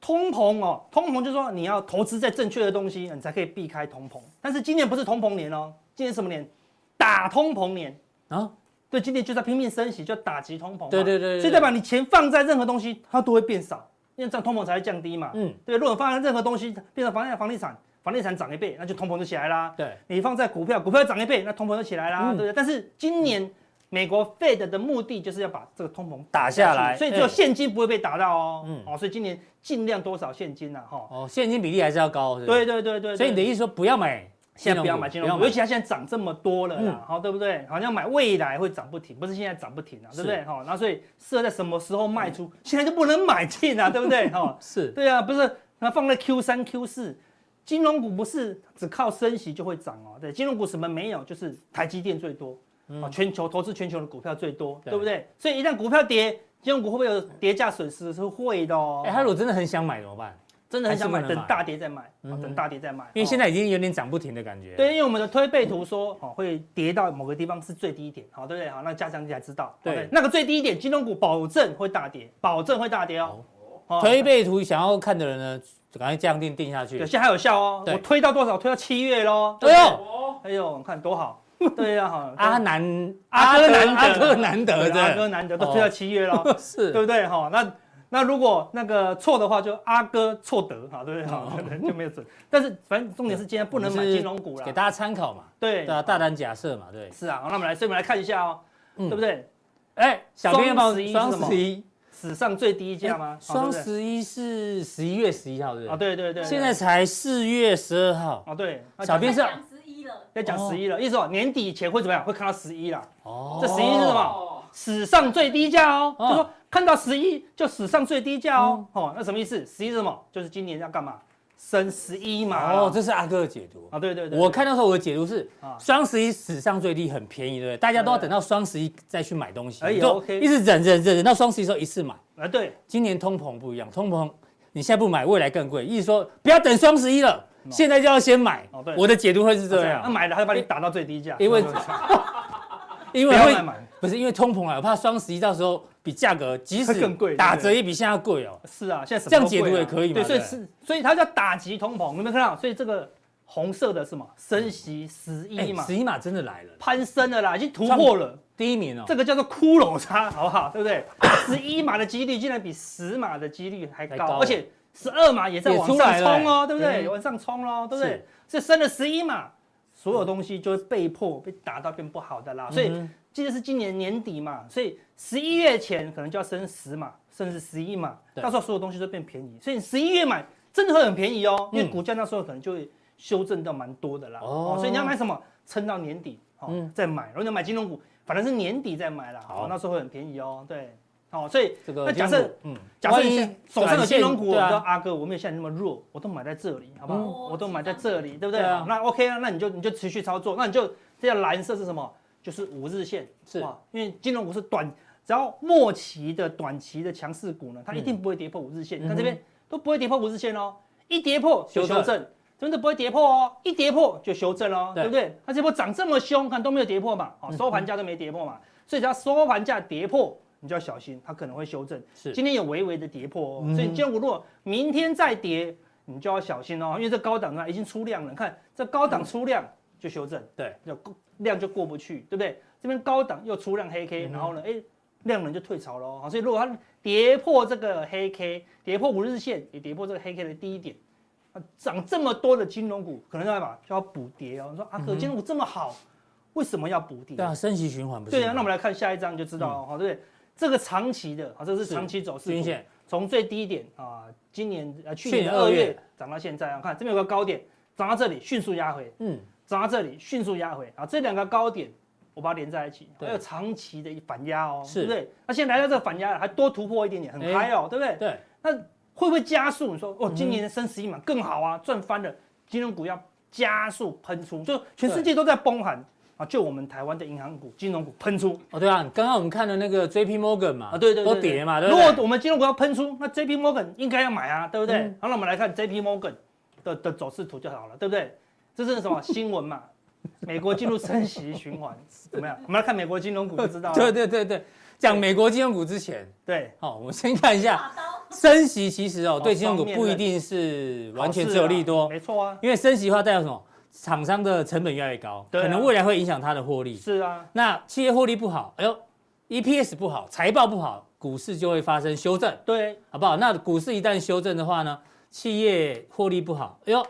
Speaker 3: 通膨哦，通膨就是说你要投资在正确的东西，你才可以避开通膨。但是今年不是通膨年哦，今年什么年？打通膨年。
Speaker 2: 啊，
Speaker 3: 对，今年就在拼命升息，就打击通膨嘛。
Speaker 2: 对对对对
Speaker 3: 所以代表你钱放在任何东西，它都会变少，因为这样通膨才会降低嘛。
Speaker 2: 嗯，
Speaker 3: 对，如果放在任何东西，变成房地房地产，房地产涨一倍，那就通膨就起来啦。
Speaker 2: 对，
Speaker 3: 你放在股票，股票涨一倍，那通膨就起来啦，
Speaker 2: 嗯
Speaker 3: 对不对？但是今年美国 Fed 的目的就是要把这个通膨
Speaker 2: 打下来
Speaker 3: 去所以只有
Speaker 2: 哎
Speaker 3: 现金不会被打到哦。
Speaker 2: 嗯
Speaker 3: 哦，所以今年尽量多少现金呐、啊，哈、
Speaker 2: 哦，现金比例还是要高，是不是
Speaker 3: 对，对对对，
Speaker 2: 所以你的
Speaker 3: 对
Speaker 2: 意思说不要买，
Speaker 3: 现在不要买金融股，尤其它现在涨这么多了
Speaker 2: 嗯
Speaker 3: 啦，好、对不对？好像买未来会涨不停，不是现在涨不停啊，对不对？哈、那所以适合在什么时候卖出，
Speaker 2: 嗯
Speaker 3: 现在就不能买进啊，对不对？哈、
Speaker 2: 是
Speaker 3: 对啊，不是那放在 Q 三、Q 四，金融股不是只靠升息就会涨哦。对，金融股什么没有，就是台积电最多，哦，全球投资全球的股票最多，
Speaker 2: 嗯对
Speaker 3: 对不对？所以一旦股票跌，金融股会不会有跌价损失？是会的哦。
Speaker 2: 哎，他如果真的很想买怎么办？
Speaker 3: 真的很想
Speaker 2: 还
Speaker 3: 买，
Speaker 2: 是不能
Speaker 3: 等
Speaker 2: 买
Speaker 3: 大跌再买，哦
Speaker 2: 嗯哼
Speaker 3: 等大跌再买。
Speaker 2: 因为现
Speaker 3: 哦
Speaker 2: 在已经有点涨不停的感觉。
Speaker 3: 对，，因为我们的推背图说哦会跌到某个地方是最低点，好对不对？好，那加强起来知道，
Speaker 2: 对
Speaker 3: 好那个最低点金融股保证会大跌，保证会大跌哦。哦
Speaker 2: 推背图想要看的人呢，赶快这样定定下去
Speaker 3: 有。些还有效哦，
Speaker 2: 对
Speaker 3: 我推到多少？推到七月喽。
Speaker 2: 哎呦，
Speaker 5: 哦，
Speaker 3: 哎呦，你看多好。对呀，
Speaker 2: [LAUGHS]
Speaker 3: 哈，
Speaker 2: 阿南
Speaker 3: 阿哥难得
Speaker 2: 阿哥难得
Speaker 3: 对阿哥
Speaker 2: 的，
Speaker 3: 难得都推到七月了，
Speaker 2: 是
Speaker 3: [LAUGHS] 对不对？哈，那那如果那个错的话，就阿哥错得，哈，对不对？哈，
Speaker 2: 哦
Speaker 3: [LAUGHS] 对就没有准。但是反正重点是今天不能买金融股
Speaker 2: 给
Speaker 3: 了，
Speaker 2: 大家参考嘛，
Speaker 3: 对
Speaker 2: 对啊，大胆假设嘛，对。
Speaker 3: 是啊。好那我们来，所以我们来看一下哦，
Speaker 2: 嗯
Speaker 3: 对不对？
Speaker 2: 哎，小编要帮
Speaker 3: 双十一是
Speaker 2: 双
Speaker 3: 什么哦
Speaker 2: 十一
Speaker 3: 史上最低价吗
Speaker 2: 哎？
Speaker 3: 好对
Speaker 2: 双
Speaker 3: 不对
Speaker 2: 十一是十一月十一号，对
Speaker 3: 啊，
Speaker 2: 不对？
Speaker 3: 对对对，
Speaker 2: 现在才四月十二号，
Speaker 3: 啊，对，
Speaker 2: 小编
Speaker 4: 变
Speaker 2: 是
Speaker 4: 两十一了，
Speaker 3: 在讲十一了，意思说年底前会怎么样？会看到十一啦，
Speaker 2: 哦
Speaker 3: 这十一是什么？
Speaker 5: 哦，
Speaker 3: 史上最低价哦，
Speaker 2: 嗯
Speaker 3: 就说看到十一就史上最低价哦，哦，那什么意思？十一是什么？就是今年要干嘛？升十一嘛。
Speaker 2: 哦，这是阿哥的解读。
Speaker 3: 啊，对对对，
Speaker 2: 我看到时候我的解读是
Speaker 3: 啊，
Speaker 2: 双十一史上最低，很便宜，对不对？大家都要等到双十一再去买东西，
Speaker 3: 哎也
Speaker 2: 就
Speaker 3: OK
Speaker 2: 一直忍忍忍忍到双十一的时候一次买。
Speaker 3: 啊对，
Speaker 2: 今年通膨不一样，通膨你现在不买，未来更贵。意思说不要等双十一了，现在就要先买
Speaker 3: 哦哦对。啊
Speaker 2: 我的解读会是这
Speaker 3: 那
Speaker 2: 样，
Speaker 3: 买了他就把你打到最低价，
Speaker 2: 因为因
Speaker 3: 啊不
Speaker 2: 为
Speaker 3: 要再
Speaker 2: 会
Speaker 3: 买，
Speaker 2: 不是因为通膨啊，我怕双十一到时候比价格即使
Speaker 3: 会更贵对不对
Speaker 2: 打折也比现在贵哦。
Speaker 3: 是啊，现在什么
Speaker 2: 这样解
Speaker 3: 都贵啊
Speaker 2: 读也可以嘛
Speaker 3: 对，所以
Speaker 2: 对
Speaker 3: 是所以它叫打击通膨，你有没有看到？所以这个红色的是什么？升息十一嘛
Speaker 2: 哎十，一码真的来了，
Speaker 3: 攀升了啦，已经突破了。
Speaker 2: 第一名哦，
Speaker 3: 这个叫做骷髅差，好不好？对不对？十一码的几率竟然比十码的几率还
Speaker 2: 还高
Speaker 3: 高，而且十二码也在
Speaker 2: 也
Speaker 3: 往
Speaker 2: 出来
Speaker 3: 上
Speaker 2: 了
Speaker 3: 冲
Speaker 2: 欸
Speaker 3: 哦，对不对？
Speaker 2: 嗯
Speaker 3: 往上冲喽，对不
Speaker 2: 是
Speaker 3: 对？所以升了十一码，所有东西就会被迫被打到变不好的啦。所以
Speaker 2: 嗯
Speaker 3: 这就是今年年底嘛，所以十一月前可能就要升十码，甚至十一码，
Speaker 2: 对
Speaker 3: 到时候所有东西都变便宜。所以十一月买真的会很便宜哦，因为
Speaker 2: 嗯
Speaker 3: 股价那时候可能就会修正到蛮多的啦。
Speaker 2: 哦
Speaker 3: 哦，所以你要买什么，撑到年底哦、
Speaker 2: 嗯
Speaker 3: 再买。如果你要买金融股，反正是年底再买啦，
Speaker 2: 好
Speaker 3: 好、那时候会很便宜哦。对，好、所以
Speaker 2: 这个
Speaker 3: 那假
Speaker 2: 金融
Speaker 3: 设
Speaker 2: 股嗯，
Speaker 3: 假设
Speaker 2: 万
Speaker 3: 你
Speaker 2: 一
Speaker 3: 现在手上有金融股，我
Speaker 2: 短
Speaker 3: 知
Speaker 2: 线对
Speaker 3: 道
Speaker 2: 啊
Speaker 3: 阿哥我没有像你那么弱，我都买在这里，好不好？
Speaker 4: 嗯
Speaker 3: 我都买在这里，对不对？
Speaker 2: 对啊
Speaker 3: 好那 OK 啊，那你就你就持续操作，那你就这条蓝色是什么？就是五日线，
Speaker 2: 是
Speaker 3: 哇，因为金融嗯股是短，只要末期的短期的强势股呢，它一定不会跌破五日线。你看这边都不会跌破五日线哦，一跌破就
Speaker 2: 修
Speaker 3: 修
Speaker 2: 正
Speaker 3: 正，真的不会跌破哦，一跌破就修正哦，
Speaker 2: 对
Speaker 3: 对不对？它这波涨这么凶，看都没有跌破嘛，哦，收盘价都没跌破嘛，所以只要收盘价跌破，你就要小心，它可能会修正。
Speaker 2: 是
Speaker 3: 今天有微微的跌破哦，
Speaker 2: 嗯
Speaker 3: 所以你今天如果明天再跌，你就要小心哦，因为这高档呢已经出量了，你看这高档出量就修正，
Speaker 2: 对，
Speaker 3: 要过量就过不去，对不对？这边高档又出量黑 K，
Speaker 2: 嗯哼
Speaker 3: 然后呢，哎、量能就退潮了哦，好所以如果它跌破这个黑 K，跌破五日线，也跌破这个黑 K 的低点。啊涨这么多的金融股，可能要干嘛？就要补跌哦。你说阿
Speaker 2: 嗯
Speaker 3: 哥，
Speaker 2: 哼
Speaker 3: 金融股这么好，为什么要补跌？
Speaker 2: 对啊，升息循环不是吗？
Speaker 3: 对啊，那我们来看下一张就知道哦，好对不对？这个长期的，好，这是
Speaker 2: 是
Speaker 3: 长期走势
Speaker 2: 均
Speaker 3: 图
Speaker 2: 线，
Speaker 3: 从最低点啊，今年呃去
Speaker 2: 去
Speaker 3: 年
Speaker 2: 年
Speaker 3: 二
Speaker 2: 二
Speaker 3: 月
Speaker 2: 月
Speaker 3: 涨到现在啊，看这边有个高点，涨到这里迅速压回，
Speaker 2: 嗯，
Speaker 3: 涨到这里迅速压回啊，这两个高点我把它连在一起，
Speaker 2: 对
Speaker 3: 还有长期的反压哦，
Speaker 2: 是
Speaker 3: 对不对？那现在来到这个反压了，还多突破一点点，很
Speaker 2: 哎
Speaker 3: 嗨哦，对不对？
Speaker 2: 对，
Speaker 3: 那会不会加速？你说哦
Speaker 2: 嗯，
Speaker 3: 今年升十一码更好啊，赚翻了，金融股要加速喷出，就全世界都在崩盘啊，就我们台湾的银行股、金融股喷出
Speaker 2: 哦对啊，刚刚我们看的那个 J P Morgan 嘛，
Speaker 3: 啊，对对对，
Speaker 2: 都跌嘛，对
Speaker 3: 如
Speaker 2: 不
Speaker 3: 果
Speaker 2: 对？
Speaker 3: 我们金融股要喷出，那 J P Morgan 应该要买啊，对不对
Speaker 2: 嗯？
Speaker 3: 好，那我们来看 J P Morgan 的的走势图就好了，对不对？这是什么新闻嘛？美国进入升息
Speaker 2: [LAUGHS]
Speaker 3: 循环，怎么样？我们来看美国金融股就知道了。
Speaker 2: 对对对对，讲美国金融股之前，哦
Speaker 3: 对
Speaker 2: 好，我们先看一下
Speaker 4: 大刀，
Speaker 2: 升息，其实哦，对金融股
Speaker 3: 双面
Speaker 2: 不一
Speaker 3: 刃
Speaker 2: 定是完全
Speaker 3: 好事
Speaker 2: 只有
Speaker 3: 啊
Speaker 2: 利多，
Speaker 3: 没错啊，
Speaker 2: 因为升息的话代表什么？厂商的成本越来越高，
Speaker 3: 对啊
Speaker 2: 可能未来会影响它的获利。
Speaker 3: 是啊，
Speaker 2: 那企业获利不好，哎呦，EPS 不好，财报不好，股市就会发生修正，
Speaker 3: 对，
Speaker 2: 好不好？那股市一旦修正的话呢，企业获利不好，哎呦，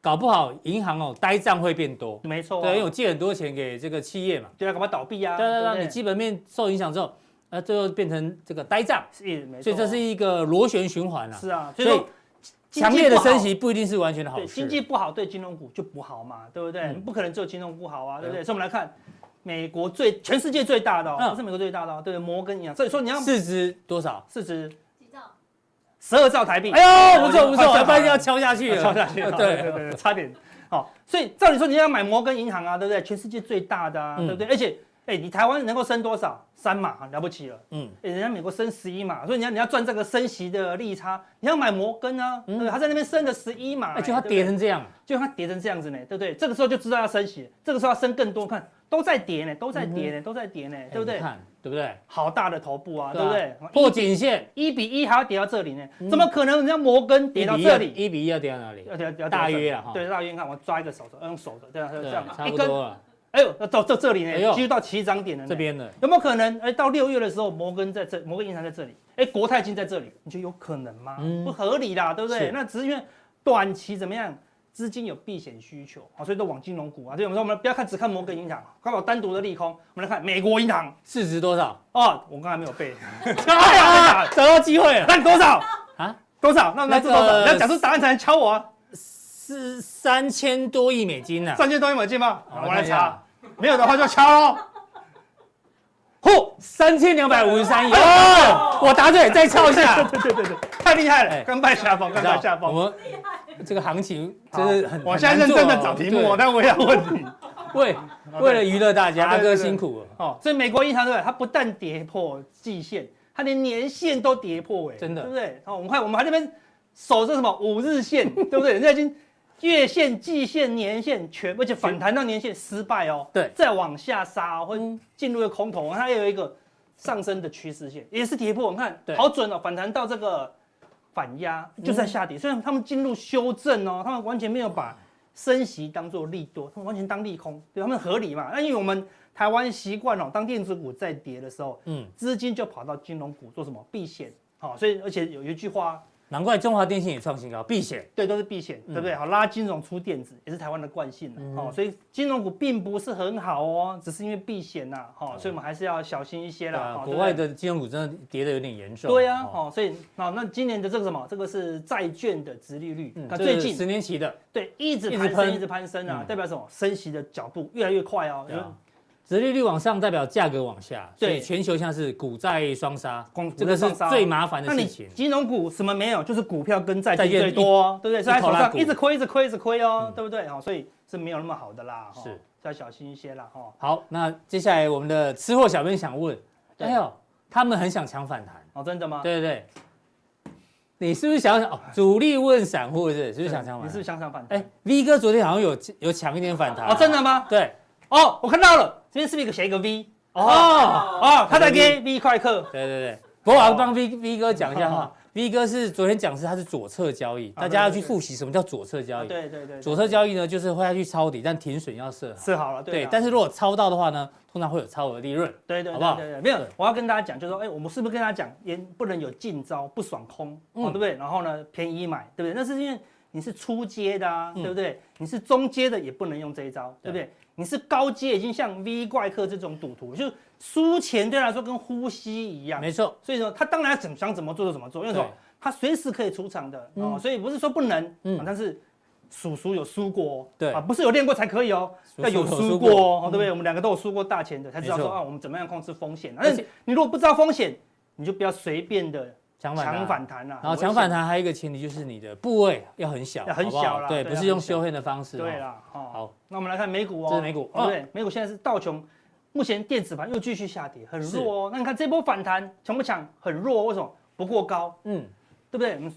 Speaker 2: 搞不好银行哦呆账会变多，
Speaker 3: 没错、
Speaker 2: 对，
Speaker 3: 啊。
Speaker 2: 因为我借很多钱给这个企业嘛，
Speaker 3: 对啊，搞不好倒闭啊。
Speaker 2: 对对
Speaker 3: 不
Speaker 2: 对，你基本面受影响之后，呃，最后变成这个呆账，
Speaker 3: 是没错啊。
Speaker 2: 所以这是一个螺旋循环啊。
Speaker 3: 是啊，所
Speaker 2: 所
Speaker 3: 以
Speaker 2: 以
Speaker 3: 说经济
Speaker 2: 强烈的
Speaker 3: 不好
Speaker 2: 升息不一定是完全的好
Speaker 3: 对
Speaker 2: 事，
Speaker 3: 经济不好对金融股就不好嘛，对不对？
Speaker 2: 嗯
Speaker 3: 不可能只有金融股好啊，对不
Speaker 2: 对
Speaker 3: 对？所以我们来看美国最全世界最大的、哦，
Speaker 2: 嗯
Speaker 3: 不是美国最大的、哦，对不对？摩根银行，所以说你要
Speaker 2: 市值多少？
Speaker 3: 市值
Speaker 4: 几兆？
Speaker 3: 十二兆台币，
Speaker 2: 哎呦，不错不错，
Speaker 3: 哦
Speaker 2: 我
Speaker 3: 快算好了
Speaker 2: 发现要敲下去了，
Speaker 3: 超下去了，哦对对
Speaker 2: 对，
Speaker 3: 对，差点。好，所以照理说你要买摩根银行啊，对不对？全世界最大的啊，
Speaker 2: 嗯
Speaker 3: 对不对？而且，哎，你台湾能够升多少？三码了不起了。
Speaker 2: 嗯，
Speaker 3: 欸，人家美国升十一码，所以你要你要赚这个升息的利差，你要买摩根啊，对不对？他在那边升了十一码、
Speaker 2: 嗯哎，
Speaker 3: 欸，
Speaker 2: 就它
Speaker 3: 对不对
Speaker 2: 跌成这样，
Speaker 3: 就它跌成这样子呢，对不对？这个时候就知道要升息，这个时候要升更多，看都在跌呢，都在跌呢，都在跌呢，对不
Speaker 2: 哎
Speaker 3: 对
Speaker 2: 你？看对不对？
Speaker 3: 好大的头部啊，对不对
Speaker 2: 啊？破颈线，
Speaker 3: 一比一还要跌到这里呢，怎么可能？人家摩根跌到这里，
Speaker 2: 一比一要跌到哪里？
Speaker 3: 要跌要跌到
Speaker 2: 大约
Speaker 3: 啊
Speaker 2: 啊哈，
Speaker 3: 对，大约你看我抓一个手指，用手指这样这
Speaker 2: 对啊
Speaker 3: 样，
Speaker 2: 差
Speaker 3: 一
Speaker 2: 不
Speaker 3: 根，
Speaker 2: 多了，
Speaker 3: 哎呦，要到到这里
Speaker 2: 哎呦
Speaker 3: 呢，几乎到起涨点了呢，
Speaker 2: 这边的
Speaker 3: 有没有可能？哎，到六月的时候，摩根在这，摩根银行在这里，哎，国泰金在这里，你觉得有可能吗？
Speaker 2: 嗯
Speaker 3: 不合理啦，对不
Speaker 2: 是
Speaker 3: 对？那只是因为短期怎么样，资金有避险需求，好，所以都往金融股啊。所以我们说，我们不要看只看摩根银行，看我单独的利空，我们来看美国银行
Speaker 2: 市值多少？
Speaker 3: 哦，我刚才没有背，
Speaker 2: 哎呀，找到机会了
Speaker 3: 那你多少
Speaker 2: 啊！
Speaker 3: 多少？那那
Speaker 2: 那
Speaker 3: 是多少？
Speaker 2: 个
Speaker 3: 你要讲出答案才能敲我啊！
Speaker 2: 是三千多亿美金啊呢，
Speaker 3: 上千东西买进吗？
Speaker 2: 哎好啊
Speaker 3: 我来
Speaker 2: 看一下
Speaker 3: 查，没有的话就敲哦。
Speaker 2: 嚯，三千两百五十
Speaker 3: 哎
Speaker 2: 三亿哦，我答对，再敲一下，
Speaker 3: [LAUGHS] 对对对对，太厉害
Speaker 2: 哎
Speaker 3: 了，甘拜下风，甘拜下风。
Speaker 2: 我们这个行情真的很，
Speaker 3: 我现在认真的找题目哦，
Speaker 2: 我
Speaker 3: 但我也要问你。
Speaker 2: 为为了娱乐大家，
Speaker 3: 好
Speaker 2: 阿
Speaker 3: 对
Speaker 2: 哥
Speaker 3: 对对
Speaker 2: 辛苦了，
Speaker 3: 哦，所以美国银行对不对？它不但跌破季线，它连年线都跌破、哎，
Speaker 2: 真的
Speaker 3: 对不对？哦，我们看我们还在那边守着什么五日线，对不对？人家已经月线、季线、年线全，而且反弹到年线失败哦，
Speaker 2: 对
Speaker 3: 再往下杀、哦、会进入一个空头，它也有一个上升的趋势线，也是跌破，你看
Speaker 2: 对
Speaker 3: 好准哦，反弹到这个反压就在下跌，虽然他们进入修正哦，他们完全没有把升息当做利多，他们完全当利空，对他们合理嘛？那因为我们台湾习惯哦，当电子股在跌的时候，
Speaker 2: 嗯，
Speaker 3: 资金就跑到金融股做什么避险，好、所以而且有一句话，
Speaker 2: 难怪中华电信也创新高，避险，
Speaker 3: 对，都是避险，对不对？好，拉金融出电子也是台湾的惯性啊
Speaker 2: 嗯
Speaker 3: 哦，所以金融股并不是很好哦，只是因为避险呐、好、所以我们还是要小心一些
Speaker 2: 哦对啊
Speaker 3: 啦，，哦
Speaker 2: 国外。
Speaker 3: 对不对
Speaker 2: 的金融股真的跌得有点严重，
Speaker 3: 对呀、哦，所以好，那今年的这个什么，这个是债券的殖利率，
Speaker 2: 嗯
Speaker 3: 看
Speaker 2: 这
Speaker 3: 最
Speaker 2: 是
Speaker 3: 近
Speaker 2: 十年期的
Speaker 3: 对，一直
Speaker 2: 一直
Speaker 3: 攀升，
Speaker 2: 喷
Speaker 3: 一直攀升啊
Speaker 2: 嗯，
Speaker 3: 代表什么？升息的脚步越来越快哦。
Speaker 2: 对
Speaker 3: 因为
Speaker 2: 啊，殖利率往上代表价格往下，所以
Speaker 3: 对
Speaker 2: 全球像是股债双杀，
Speaker 3: 光
Speaker 2: 这个是最麻烦的
Speaker 3: 那你
Speaker 2: 事情。
Speaker 3: 金融股什么没有？就是股票跟债
Speaker 2: 债
Speaker 3: 券
Speaker 2: 券
Speaker 3: 最多哦，对不对？所以在
Speaker 2: 头
Speaker 3: 手
Speaker 2: 拉
Speaker 3: 上
Speaker 2: 股
Speaker 3: 一直亏，一直亏，一直亏哦
Speaker 2: 嗯，
Speaker 3: 对不对？好，所以是没有那么好的啦，哦
Speaker 2: 是
Speaker 3: 要小心一些啦，哦哈。
Speaker 2: 好，那接下来我们的吃货小编想问，
Speaker 3: 对
Speaker 2: 哎呦，他们很想抢反弹，
Speaker 3: 哦，真的吗？
Speaker 2: 对对对，你是不是想想哦？主力问散户是不是是不是想想
Speaker 3: 你
Speaker 2: 买
Speaker 3: 是不？是想想反弹？
Speaker 2: 哎，V 哥昨天好像有有抢一点反弹啊
Speaker 3: 哦，真的吗？
Speaker 2: 对
Speaker 3: 哦，我看到了，这边是不是一个写一个 V？
Speaker 2: 哦，
Speaker 3: 哦，他在给 V 快客，
Speaker 2: 对对对，不过我要帮 V V 哥讲一下哈，V 哥是昨天讲是他是左侧交易，
Speaker 3: 啊
Speaker 2: 大家要去
Speaker 3: 对对对
Speaker 2: 复习什么叫左侧
Speaker 3: 啊
Speaker 2: 交易。
Speaker 3: 对对对，
Speaker 2: 左侧交易呢，就是会要去抄底，但停损要设好。
Speaker 3: 是好了，
Speaker 2: 对，
Speaker 3: 啊
Speaker 2: 但是如果抄到的话呢，通常会有超额利润。
Speaker 3: 对对，
Speaker 2: 好不好
Speaker 3: 对对，对没有
Speaker 2: 对，
Speaker 3: 我要跟大家讲，就是说，哎，我们是不是跟大家讲，也不能有近招，不爽空，
Speaker 2: 嗯
Speaker 3: 哦，对不对？然后呢，便宜买，对不对？那是因为你是初阶
Speaker 2: 嗯
Speaker 3: 的啊，对不对？你是中阶的，也不能用这一招，对不对？你是高阶，已经像 V 怪客这种赌徒，就是输钱对他来说跟呼吸一样，
Speaker 2: 没错，
Speaker 3: 所以说他当然想想怎么做就怎么做，因为什么
Speaker 2: 对？
Speaker 3: 他随时可以出场的哦，所以不是说不能，
Speaker 2: 嗯
Speaker 3: 嗯，但是叔叔有输过哦，
Speaker 2: 对
Speaker 3: 啊，不是有练过才可以哦，
Speaker 2: 叔叔
Speaker 3: 要有
Speaker 2: 有输
Speaker 3: 输
Speaker 2: 过嗯
Speaker 3: 过哦，哦对不对？我们两个都有输过大钱的，才知道
Speaker 2: 没
Speaker 3: 说
Speaker 2: 错
Speaker 3: 啊，我们怎么样控制风险。
Speaker 2: 而
Speaker 3: 但
Speaker 2: 且
Speaker 3: 是你如果不知道风险，你就不要随便的
Speaker 2: 抢反
Speaker 3: 抢
Speaker 2: 弹。
Speaker 3: 反弹啦，
Speaker 2: 然后
Speaker 3: 很危
Speaker 2: 抢反
Speaker 3: 险，
Speaker 2: 弹还有一个前提就是你的部位要很小，
Speaker 3: 要很
Speaker 2: 好不好
Speaker 3: 小啦
Speaker 2: 对，不
Speaker 3: 对
Speaker 2: 是
Speaker 3: 要
Speaker 2: 用
Speaker 3: 很小
Speaker 2: 修黑的方式。
Speaker 3: 对
Speaker 2: 哦，
Speaker 3: 啦，哦，
Speaker 2: 好，
Speaker 3: 那我们来看美股哦，
Speaker 2: 这是美股
Speaker 3: 哦对不对？美股现在是道琼，目前电子盘又继续下跌，很
Speaker 2: 是
Speaker 3: 弱哦。那你看这波反弹强不强？很弱哦，为什么？不过高，
Speaker 2: 嗯，
Speaker 3: 对不对？我们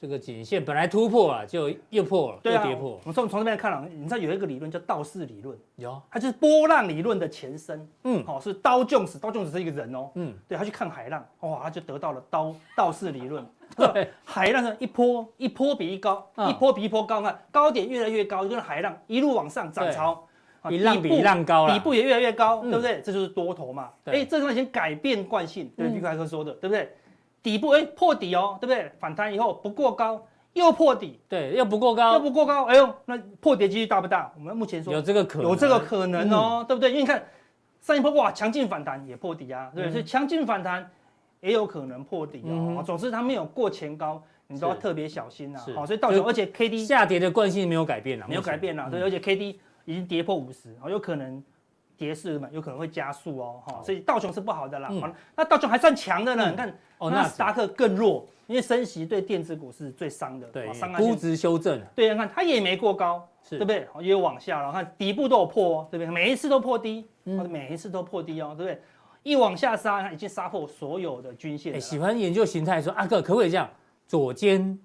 Speaker 2: 这个颈线本来突破了，就又破了，
Speaker 3: 对
Speaker 2: 又
Speaker 3: 啊，
Speaker 2: 跌破
Speaker 3: 我。们从从这边看了，你知道有一个理论叫道氏理论， [LAUGHS]
Speaker 2: 有，
Speaker 3: 它就是波浪理论的前身。
Speaker 2: 嗯
Speaker 3: 好、是刀 Jones，刀 Jones 是一个人哦，
Speaker 2: 嗯，
Speaker 3: 对他去看海浪，哇，他就得到了刀道氏理论。
Speaker 2: 对，
Speaker 3: 海浪呢，一波一波比一高，
Speaker 2: 嗯
Speaker 3: 一波比一波高，看高点越来越高，就跟海浪一路往上涨潮，啊
Speaker 2: 一 [LAUGHS] 浪比一浪高
Speaker 3: 底部
Speaker 2: 了。
Speaker 3: 底部也越来越高，
Speaker 2: 嗯
Speaker 3: 对不对？这就是多头嘛。
Speaker 2: 对
Speaker 3: 哎，这个已经改变惯性，对
Speaker 2: 嗯
Speaker 3: 毕凯克说的，对不对？底部哎破底哦，对不对？反弹以后不过高，又破底，
Speaker 2: 对，又不够
Speaker 3: 要
Speaker 2: 高，
Speaker 3: 不过高，哎呦，那破跌几率大不大？我们目前说
Speaker 2: 有这个可能，啊嗯
Speaker 3: 有这个可能哦，对不对？因为你看上一波哇，强劲反弹也破底啊，对不
Speaker 2: 嗯
Speaker 3: 对，所以强劲反弹也有可能破底
Speaker 2: 嗯
Speaker 3: 哦。
Speaker 2: 哼
Speaker 3: 总之它没有过前高，你都要
Speaker 2: 是
Speaker 3: 特别小心啊
Speaker 2: 是。
Speaker 3: 好，所以到时
Speaker 2: 就
Speaker 3: 候而且 K D
Speaker 2: 下跌的惯性没有改变了，
Speaker 3: 没有
Speaker 2: 目前嗯
Speaker 3: 改变啊啦，对，而且 K D 已经跌破五十，哦，有可能。跌势嘛，有可能会加速哦，哈，所以道琼是不好的啦。
Speaker 2: 嗯
Speaker 3: 好了，那道琼还算强的呢，你看，
Speaker 2: 哦，
Speaker 3: 那
Speaker 2: 那
Speaker 3: 斯达克更弱，因为升息对电子股是最伤的，
Speaker 2: 对
Speaker 3: 哦伤害
Speaker 2: 估
Speaker 3: 性。
Speaker 2: 值修正啊
Speaker 3: 对，你看它也没过高，
Speaker 2: 是哎
Speaker 3: 对不对？哦也有往下了，看底部都有破哦，对不对？每一次都破低，
Speaker 2: 嗯
Speaker 3: 哦每一次都破低哦，对不对？一往下杀，它已经杀破所有的均线
Speaker 2: 哎，
Speaker 3: 了
Speaker 2: 喜欢研究形态说阿哥可不可以这样，左肩